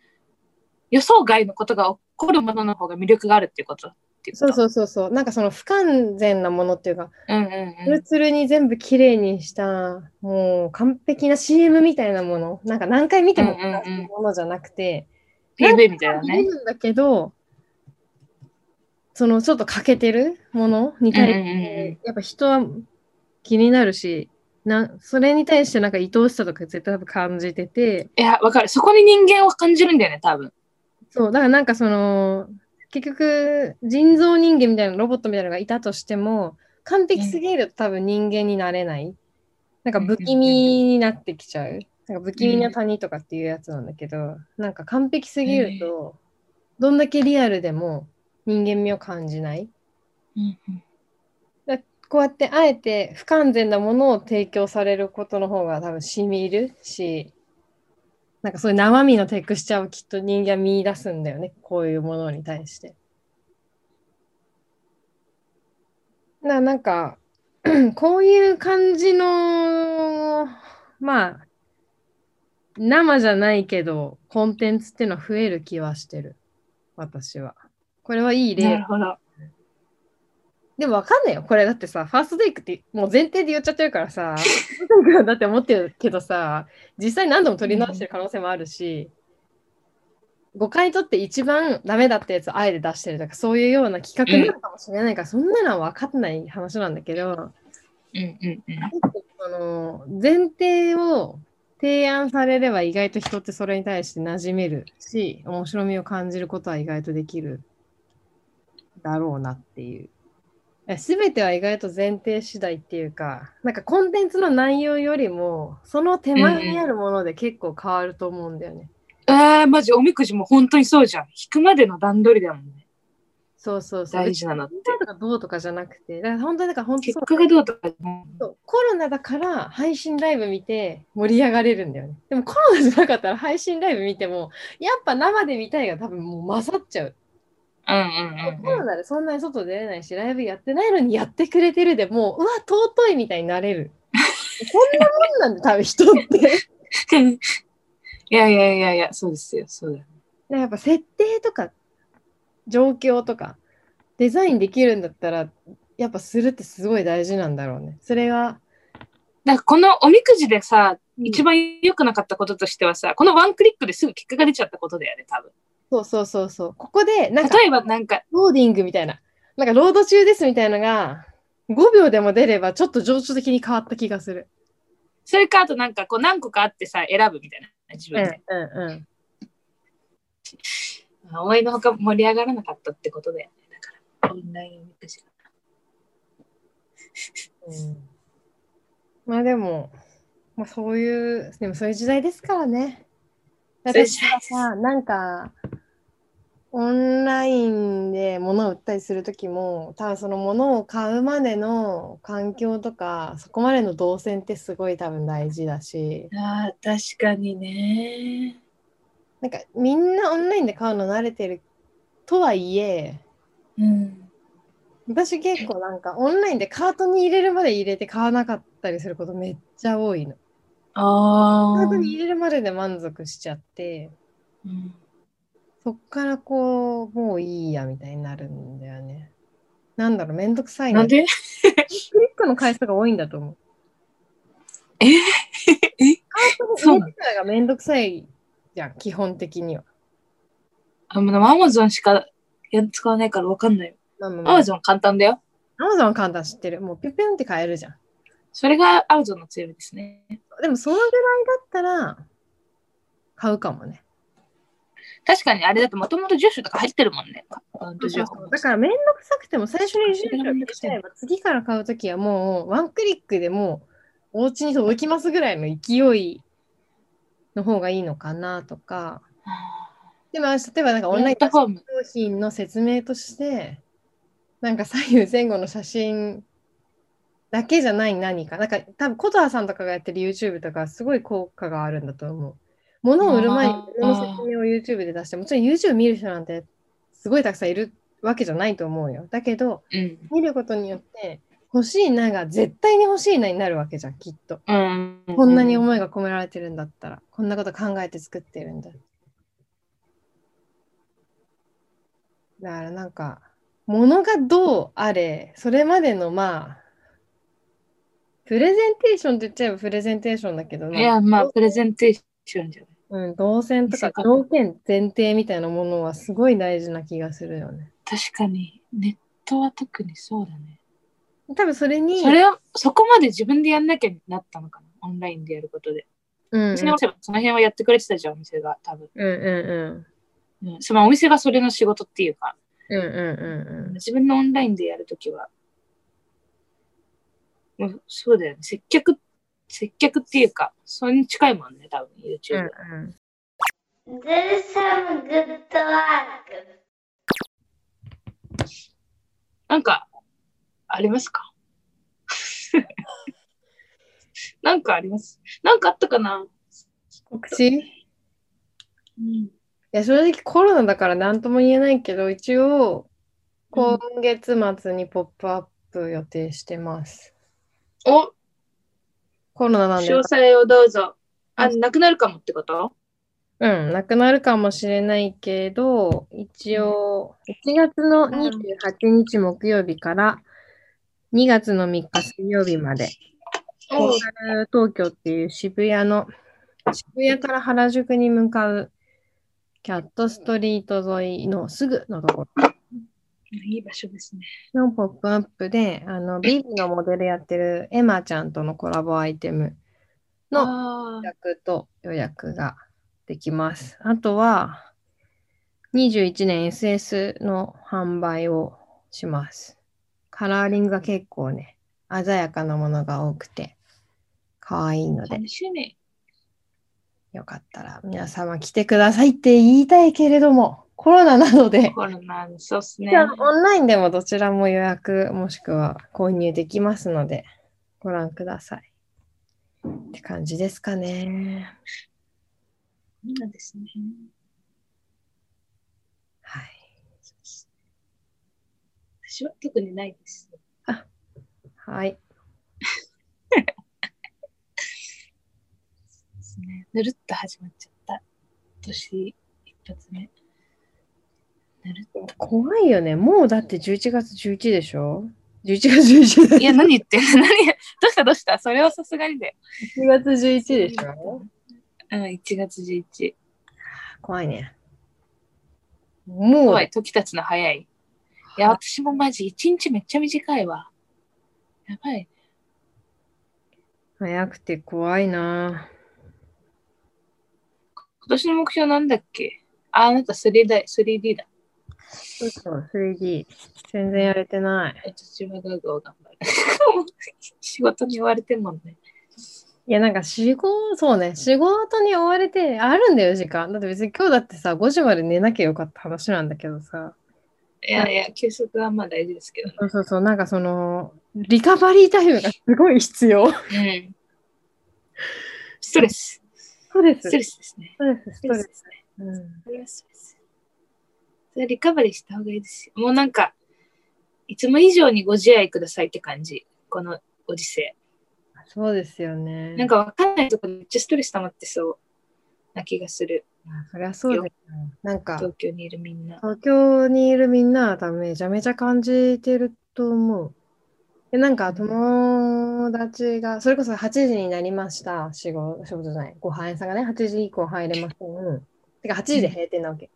予想外のことが起こるものの方が魅力があるっていうこと。っていそううこそうそうそう。なんかその不完全なものっていうか、と。うんうんツうんル。ツルに全部綺麗にした、もう完璧な CM みたいなもの。なんか何回見てもうんうんうんものじゃなくて、 PV みたいな見ね。るんだけど、そのちょっと欠けてるものに対うんうんうしんて、やっぱ人は気になるし、なそれに対してなんか愛おしさとか絶対多分感じてて、いや、わかる。そこに人間を感じるんだよね、多分。そう、だからなんかその、結局、人造人間みたいなロボットみたいなのがいたとしても、完璧すぎると多分人間になれない。なんか不気味になってきちゃう。なんか不気味な谷とかっていうやつなんだけど、なんか完璧すぎると、どんだけリアルでも人間味を感じない。うんうんこうやってあえて不完全なものを提供されることの方が多分染み入るし、なんかそういう生身のテクスチャーをきっと人間は見出すんだよね、こういうものに対して。ななんか、 こういう感じの、まあ、生じゃないけど、コンテンツっていうのは増える気はしてる、私は。これはいい例なるほど。でもわかんないよ。これだってさ、ファーストテイクってもう前提で言っちゃってるからさ、ファーストテイクだって思ってるけどさ、実際何度も取り直してる可能性もあるし、誤解とって一番ダメだったやつをあえて出してるとか、そういうような企画なのかもしれないから、そんなのは分かんない話なんだけど、うんうんうん。あの前提を提案されれば意外と人ってそれに対して馴染めるし、面白みを感じることは意外とできるだろうなっていう。すべては意外と前提次第っていうか、なんかコンテンツの内容よりも、その手前にあるもので結構変わると思うんだよね。えー、マジおみくじも本当にそうじゃん。引くまでの段取りだもんね。そうそうそう。大事なのって。とかどうとかじゃなくて、だから本当にだから本当結そう果がどうとか。うんそうコロナだから配信ライブ見て盛り上がれるんだよね。でもコロナじゃなかったら配信ライブ見てもやっぱ生で見たいが多分もう勝っちゃう。うんコうんうんロナでそんなに外出れないしライブやってないのにやってくれてるでもううわ尊いみたいになれる。こんなもんなんだ多分人 って。うん。いやいやいやいや、そうですよ。そうだよ。やっぱ設定とか状況とかデザインできるんだったらやっぱするってすごい大事なんだろうね。それが、だからこのおみくじでさ、うん一番良くなかったこととしてはさ、このワンクリックですぐ結果が出ちゃったことだよね、多分。そうそうそうそう。ここで、なんか、例えばなんか、ローディングみたいな、なんかロード中ですみたいなのが、5秒でも出ればちょっと情緒的に変わった気がする。それかあとなんかこう何個かあってさ、選ぶみたいな、自分で。うんうん。思いのほか盛り上がらなかったってことだよね。だから、オンラインおみくじが。うんまあでも、まあ、そういう、でもそういう時代ですからね。そういう時私代はですさ、なんか、オンラインで物を売ったりするときも、多分その物を買うまでの環境とか、そこまでの動線ってすごい多分大事だし、ああ、確かにね。なんかみんなオンラインで買うの慣れてるとはいえ、うん。私結構なんかオンラインでカートに入れるまで入れて買わなかったりすることめっちゃ多いの。ああ。カートに入れるまでで満足しちゃって、うんそっからこう、もういいやみたいになるんだよね。なんだろう、めんどくさいなんでクリックの回数が多いんだと思う。え えカートに入れるのがめんどくさいじゃん、基本的には。あでもアマゾンしかや使わないから分かんないよ。なのでアマゾン簡単だよ。アマゾンは簡単知ってる。もうピュピュンって買えるじゃん。それがアマゾンの強みですね。でも、そのぐらいだったら、買うかもね。確かにあれだともともと住所とか入ってるもんね。アカウント情報だから、めんどくさくても、最初に住所を入れちゃえば、次から買うときはもう、ワンクリックでもう、お家に届きますぐらいの勢いの方がいいのかなとか。でも、例えばなんかオンラインプラットフォーム。商品の説明としてなんか左右前後の写真だけじゃない何かなんか多分琴葉さんとかがやってる YouTube とかすごい効果があるんだと思う物を売る前にあー自分の説明を YouTube で出してもちろん YouTube 見る人なんてすごいたくさんいるわけじゃないと思うよだけどうん。見ることによって欲しいなが絶対に欲しいなになるわけじゃんきっとうん。こんなに思いが込められてるんだったらこんなこと考えて作ってるんだだからなんか物がどうあれそれまでのまあプレゼンテーションって言っちゃえばプレゼンテーションだけどいや、ね、まあ、プレゼンテーションじゃない。うん、動線とか見せ方条件前提みたいなものはすごい大事な気がするよね確かに、ネットは特にそうだね。多分それにそれは、そこまで自分でやんなきゃなったのかな。オンラインでやることで。うんううんちの店はその辺はやってくれてたじゃん、お店が、多分。うんうんうん。そのお店がそれの仕事っていうか、うんうんうんうん自分のオンラインでやるときは、もうそうだよね。接客、接客っていうか、それに近いもんね、多分 YouTube。うん Do some good work. なんか、ありますか なんかありますなんかあったかな告知うん。いや正直コロナだから何とも言えないけど一応今月末に「ポップアップ予定してます、お、コロナなんで詳細をどうぞ。あ、なくなるかもってことうんなくなるかもしれないけど一応1月の28日木曜日から2月の3日水曜日までローカル東京っていう渋谷の渋谷から原宿に向かうキャットストリート沿いのすぐのところいい場所ですね。のポップアップで、あの、ビビのモデルやってるエマちゃんとのコラボアイテムの予あー約と予約ができます。あとは、21年 SS の販売をします。カラーリングが結構ね、鮮やかなものが多くて、可愛いので、楽しみ。よかったら皆様来てくださいって言いたいけれども、コロナなので、コロナ、そうっすねじ。ゃあオンラインでもどちらも予約もしくは購入できますのでご覧ください。って感じですかね。みんなですね。はい。私は特にないです。はい。ですね。ぬるっと始まっちゃった。年一発目。ぬるっと。怖いよね。もうだって11月11でしょ11月11いや、何言ってんの 何どうしたどうしたそれはさすがにだよ。 1月11でしょうん、1月11日。 怖いね。も怖うい、、時経つの早い。いや、私もマジ1日めっちゃ短いわ。やばい。早くて怖いな。今年の目標なんだっけあ、あなた 3D だ。3D だ。そうそう、3D。全然やれてない。えっと、自分画を頑張る。 仕事に追われてんもんね。いや、なんか仕事、そうね、仕事に追われて、あるんだよ、時間。だって別に今日だってさ、5時まで寝なきゃよかった話なんだけどさ。いやいや、休息はまあ大事ですけどね。そうそうそう、なんかその、リカバリータイムがすごい必要。うん。ストレス。そうです。ストスレスですね。トレス、スストトレレス。スですね。うんそれはストレス。それはリカバリーした方がいいですよ。もうなんか、いつも以上にご自愛くださいって感じ。このご時世。そうですよね。なんかわかんないとこめっちゃストレス溜まってそうな気がする。そりゃそうだよね。なんか、東京にいるみんな。東京にいるみんなは多分めちゃめちゃ感じてると思う。でなんか友達が、それこそ8時になりました、仕事、仕事じゃない、ご飯屋さんがね、8時以降入れません。てか8時で閉店なわけ。だ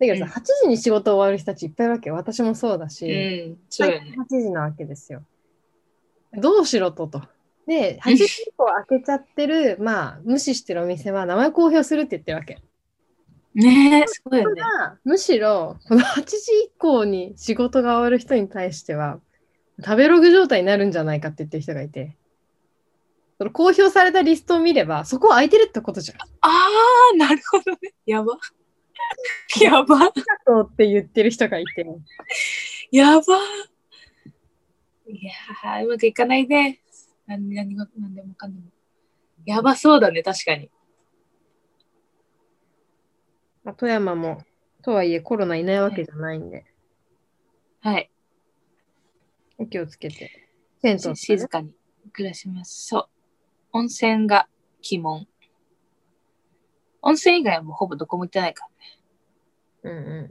けどうんさ、8時に仕事終わる人たちいっぱいいるわけよ。私もそうだし。うん、そうよね。 8時なわけですよ。どうしろとと。で、8時以降開けちゃってる、まあ、無視してるお店は名前公表するって言ってるわけ。ね え、すごいよね。ただ、むしろ、この8時以降に仕事が終わる人に対しては、食べログ状態になるんじゃないかって言ってる人がいて、その公表されたリストを見れば、そこ空いてるってことじゃん。あー、なるほどね。や ば。やば。そうって言ってる人がいて、やば。いやー、うまくいかないね。何何が何でもかんでも。やばそうだね、確かに。まあ、富山も、とはいえコロナいないわけじゃないんで、はい。お気をつけて。銭湯、ね、静かに暮らします。そう。温泉が鬼門。温泉以外はもうほぼどこも行ってないから。うんうん。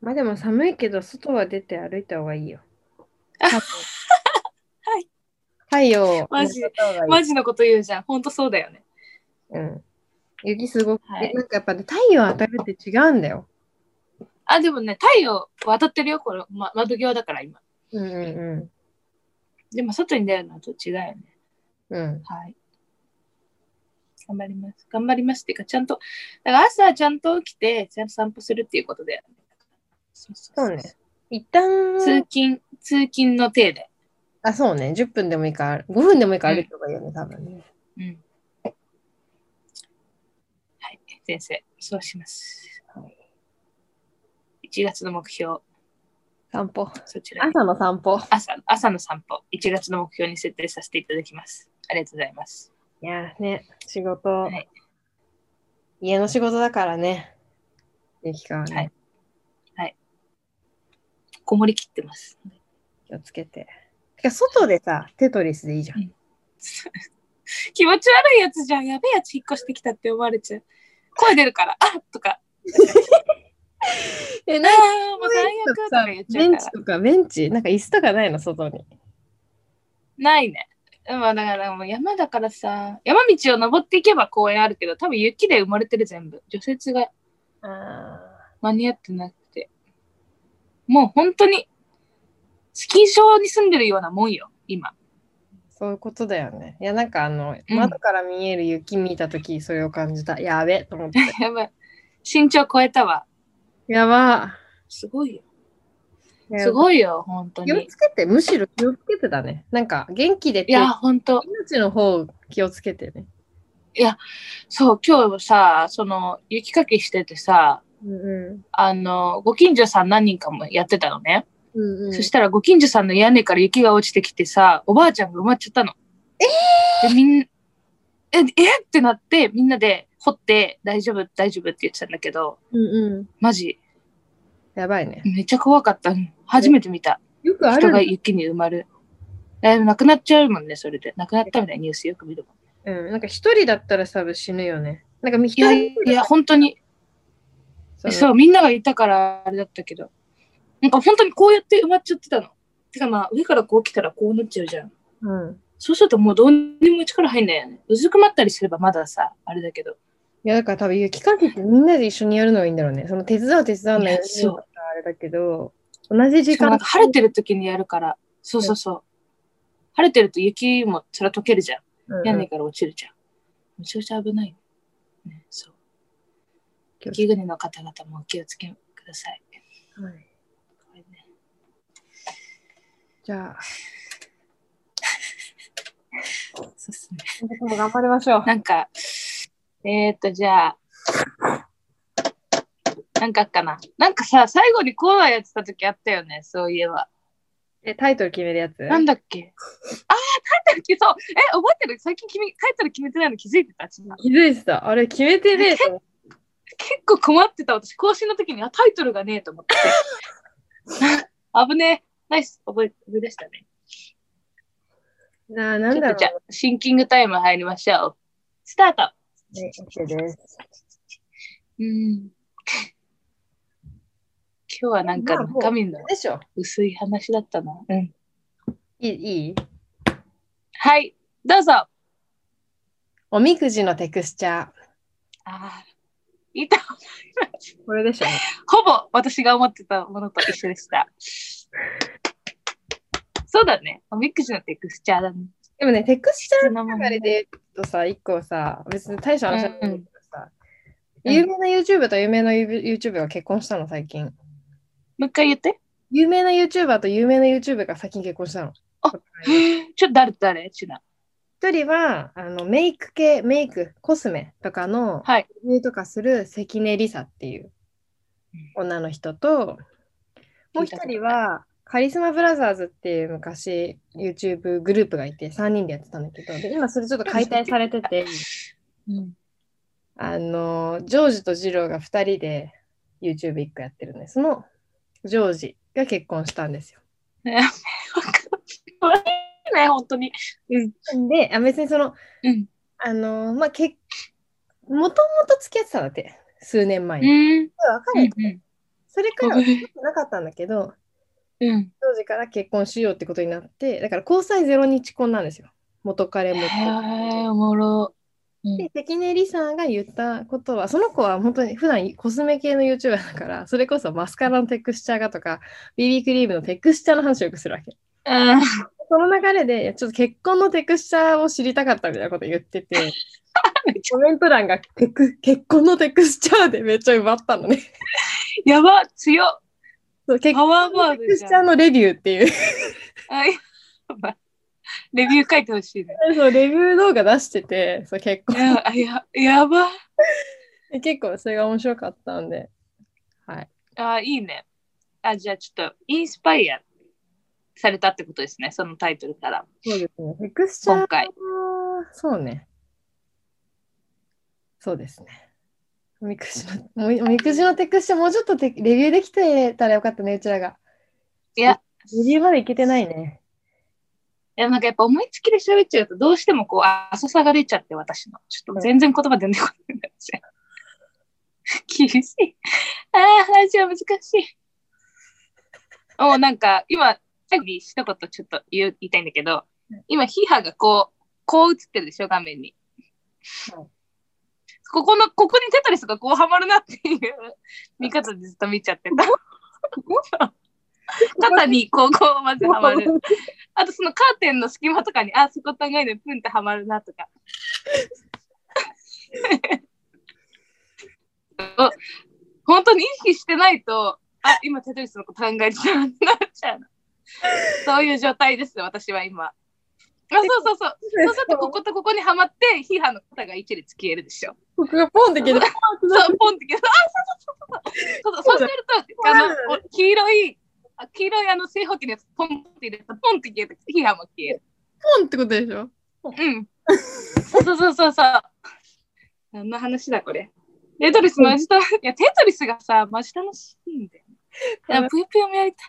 まあでも寒いけど、外は出て歩いた方が いいよ。はい。太陽をマジ当てた方がいいマジのこと言うじゃん。ほんとそうだよね。うん。雪すごく、はいえなんかやっぱね、太陽当たるって違うんだよ。あ、でもね、太陽渡ってるよ、これ。ま、窓際だから今。うんうでも外に出るのはちょっと違うよね。んうん。うん。はい。頑張ります。頑張りますっていうか、ちゃんと、だから朝ちゃんと起きて、ちゃんと散歩するっていうことだよね。そうそそうね。一旦、通勤、通勤の手で。あ、そうね。10分でもいいから、5分でもいいから歩いた方がいいよね、多分ね。うん。はい、先生、そうします。はい1月の目標、散歩。そちらに朝の散歩。朝朝の散歩、1月の目標に設定させていただきます。ありがとうございます。いやーね、仕事、い家の仕事だからね。ゆきかはね、はいこもりきってます。気をつけて。てか外でさ、テトリスでいいじゃん。気持ち悪いやつじゃん。やべえやつ引っ越してきたって思われちゃう。声出るから、あとか、え、あなあ、もう最悪とか言っちゃベうンかチら。とかベンチ、なんか椅子とかないの、外に。ないね。まあだからもう山だからさ、山道を登っていけば公園あるけど、多分雪で埋もれてる全部。除雪があ間に合ってなくて。もう本当に、スキー場に住んでるようなもんよ、今。 そういうことだよね。いや、なんかあの、うん窓から見える雪見たとき、それを感じた。やべと思っ て。やばい。身長超えたわ。やばすごいよ。ーすごいよ、本当気をに。つけて、むしろ気をつけてだね。なんか、元気でっいて、や、本当命の方気をつけてね。そう、今日さ、その、雪かきしててさ、うんうあの、ご近所さん何人かもやってたのね。ん。うんうんそしたらご近所さんの屋根から雪が落ちてきてさ、おばあちゃんが埋まっちゃったの。えでみんえ、えってなって、みんなで掘って、大丈夫、大丈夫って言ってたんだけど、うんうん。マジ、やばいね。めっちゃ怖かった。初めて見た。よくあ人るが雪に埋まる。え、なくなっちゃうもんね、それで。なくなったみたいなニュースよく見るもん。うん、なんか一人だったら多分死ぬよね。なんかみ一いや人いや、本当に。のそう、みんながいたからあれだったけど。なんか本当にこうやって埋まっちゃってたの。てかまあ、上からこう来たらこうなっちゃうじゃん。うん。そうするともうどうにも力入んないよね。うずくまったりすればまださ、あれだけど。いやだから多分雪かきってみんなで一緒にやるのがいいんだろうね。その手伝う手伝わないいややつそうはあれだけど、同じ時しかも間なんか晴れてる時にやるから。そうそうそう。晴れてると雪もそら溶けるじゃん。うんうん屋根から落ちるじゃん。めちゃくちゃ危ない。ね、そう。雪国の方々もお気をつけください。はいじゃあ、そうっすね。今年も頑張りましょう。なんか、えー、っと、じゃあ、なんかあっかな。なんかさ、最後にコーナーやってた時あったよね、そういえば。え、タイトル決めるやつなんだっけああ、タイトル決めそう。え、覚えてる最近君タイトル決めてないの気づいてたちな気づいてた。あれ、決めてねえと思って結構困ってた私、更新の時に、あ、タイトルがねえと思って。 危ねえ。ナイス、覚え思い出したね。なあ、なんちょだっろとう。じゃあ、シンキングタイム入りましょう。スタートはい、OK です。うん。今日はなんかまあもう中身のでしょ薄い話だったな。うん。いいいいはい、どうぞ。あおみくじのテクスチャー。あー、いた。これでしょほぼ私が思ってたものと一緒でした。そうだね。おみくじのテクスチャーだね。でもね、テクスチャー普通のも流のれで言うとさ、一個さ、別に大した話じゃないんだけどさ、うん有名な YouTuber と有名な YouTuber が結婚したの、最近。もう一回言って。有名な YouTuber と有名な YouTuber が最近結婚したの。あ一ちょっと誰と誰ちな。人はあのメイク系、メイク、コスメとかのはい。レビューとかする関根梨沙っていう女の人と、もう一人はカリスマブラザーズっていう昔 YouTube グループがいて3人でやってたんだけど、で今それちょっと解体されてて、うん。あの、ジョージとジローが2人で YouTube 一個やってるんです。そのジョージが結婚したんですよ。わかんないね、本当に。うん。で、あ別にその、うん。あの、まあ、けもともと付き合ってたんだって、数年前うに。ん。別うれて、ん。それからはなかったんだけど、うん。当時から結婚しようってことになって、だから交際ゼロ日婚なんですよ。元彼へも。え、おもろ。うんで、関根理さんが言ったことは、その子は本当に普段コスメ系の YouTuber だから、それこそマスカラのテクスチャーがとか、BB クリームのテクスチャーの話をよくするわけ。うん。その流れで、いやちょっと結婚のテクスチャーを知りたかったみたいなこと言ってて、コメント欄がテク結婚のテクスチャーでめっちゃ奪ったのね。やば、強っ。そう結パ婚ワーワのテードクじスチャゃーん。のレビューっていう、あやばレビュー書いてほしいね。 そうレビュー動画出してて、そう結い婚や、あや、やば。結構それが面白かったんで、はい。あいいね。あ、じゃあちょっと、インスパイアされたってことですね、そのタイトルから。そうですね。テクスチャー今回。そうね。そうですね。おみくじの、おみおみくじのテクスチャー、もうちょっとテレビューできてたらよかったね、うちらが。いや、レビューまでいけてないね。でもなんかやっぱ思いつきで喋っちゃうと、どうしてもこう、あ浅さが出ちゃって、私の。ちょっと全然言葉出ない ことになっちゃう。厳しい。ああ、話は難しい。おなんか、今、最後に一言ちょっと言う言いたいんだけど、今、ヒハがこう、こう映ってるでしょ、画面に。はいここの、ここにテトリスがこうはまるなっていう 見方でずっと見ちゃってた。 肩にこう、こう、まずはまる。あとそのカーテンの隙間とかに、あ、そこ高いのプンってはまるなとか。 お本当に意識してないと、あ、今テトリスのこと考えてたなってなっちゃうの。そういう状態です、私は今。あ、そうそうそう。そうするとこことここにはまって、ヒーハーの肩が一列消えるでしょ。ここがポンってけど、そう、ポンって消える。あ、そうそうそうそう。そうそうすると、あの、お黄色い、あ黄色いあの正方形のやつ、ポンって入れたら、ポンって消えて、ヒーハーも消える。ポンってことでしょうん。そうそうそうそうそう。何の話だこれ。テトリスマジたいや、テトリスがさ、マジ楽しいんだよ。いや、ぷよぷよもやりたい。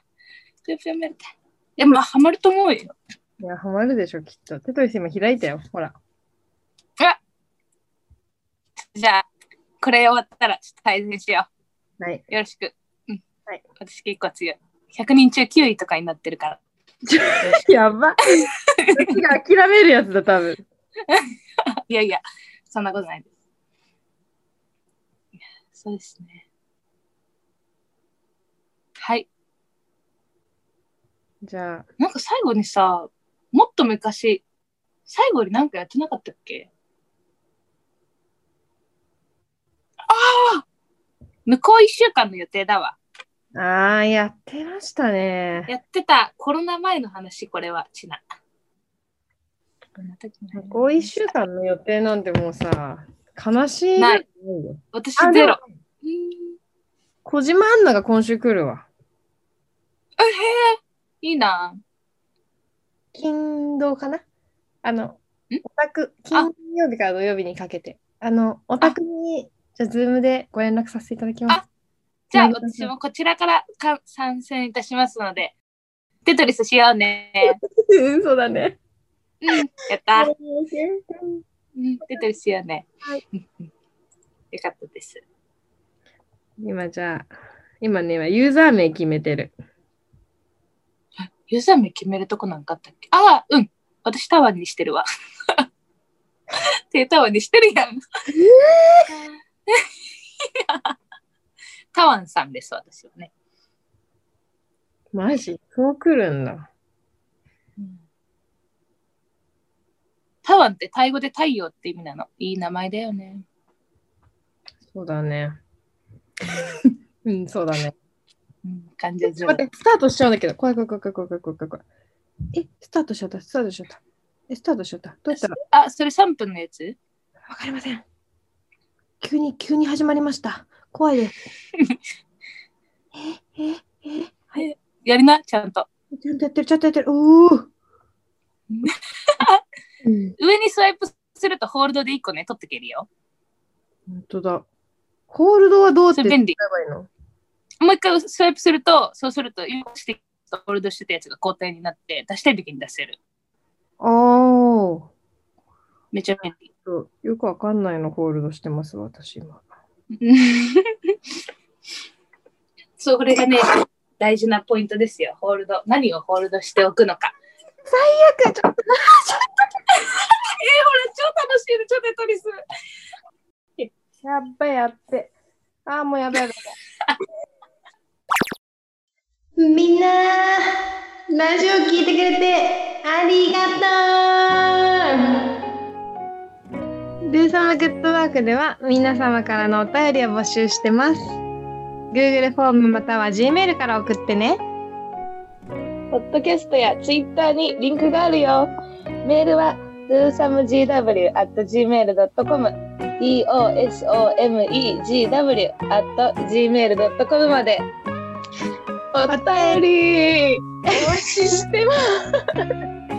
ぷよぷよもやりたい。いや、まあ、ハマると思うよ。いや、ハマるでしょ、きっと。テトリス今開いたよ、ほら。じゃあ、これ終わったら、ちょっと対戦しよう。はい。 よろしく。うん。はい。私結構強い。100人中9位とかになってるから。やば。私が諦めるやつだ、多分。いやいや、そんなことないです。いやそうですね。はい。じゃあ、なんか最後にさ、もっと昔、最後になんかやってなかったっけああ向こう1週間の予定だわ。あー、やってましたね。やってたコロナ前の話、これは、ちな。こんな時に向こう1週間の予定なんてもうさ、悲しい。ないよ私あゼロ。。でもうーん小島アンナが今週来るわ。あへえ、いいな。金土かなあの、んオタク、金曜日から土曜日にかけて。あの、オタクに、じゃあ、ズームでご連絡させていただきます。じゃあ、なるほど私もこちらからか参戦いたしますので、テトリスしようね。 そうだね。うん、やった。はうん、テトリスしようね。はいうんうん。よかったです。今じゃあ、今ね、今ユーザー名決めてる。ユーザー名決めるとこなんかあったっけああ、うん。私タワーにしてるわ。 手タワーにしてるやん。タワンさんです、私はね。マジそう来るんだ。タワンってタイ語で太陽って意味なの。いい名前だよね。そうだね。うん、そうだね。うん、感ちょじっと待って、スタートしちゃうんだけど。怖い怖い怖い怖い怖い怖い怖い怖い。え、スタートしちゃった、スタートしちゃった。え、スタートしちゃった。どうやったらあ、それ3分のやつわかりません。急に、急に始まりました。怖い です。え、え、え、やりな、ちゃんと。ちゃんとやってる、ちゃんとやってる。お ーうん、上にスワイプするとホールドで1個ね、取ってけるよ。本当だ。ホールドはどうやってそれ便利使えばいいのもう一回スワイプすると、そうすると、今してホールドしてたやつが交代になって、出したい時に出せる。ああ。めちゃ便利。ちょっとよくわかんないのホールドしてます、私 今。 そう、これがね、大事なポイントですよ。ホールド。何をホールドしておくのか。ちょっとえー、ほら、超楽しいで、超ネトリス。やっばいやって。ああ、もうやばいやばい。みんな、ラジオ聞いてくれてありがとうルーサムグッドワークでは皆様からのお便りを募集してます。Google フォームまたは Gmail から送ってね。ポッドキャストやツイッターにリンクがあるよ。メールは dosamegw.gmail.com dosomegw.gmail.com まで。お便りお待ちしてます。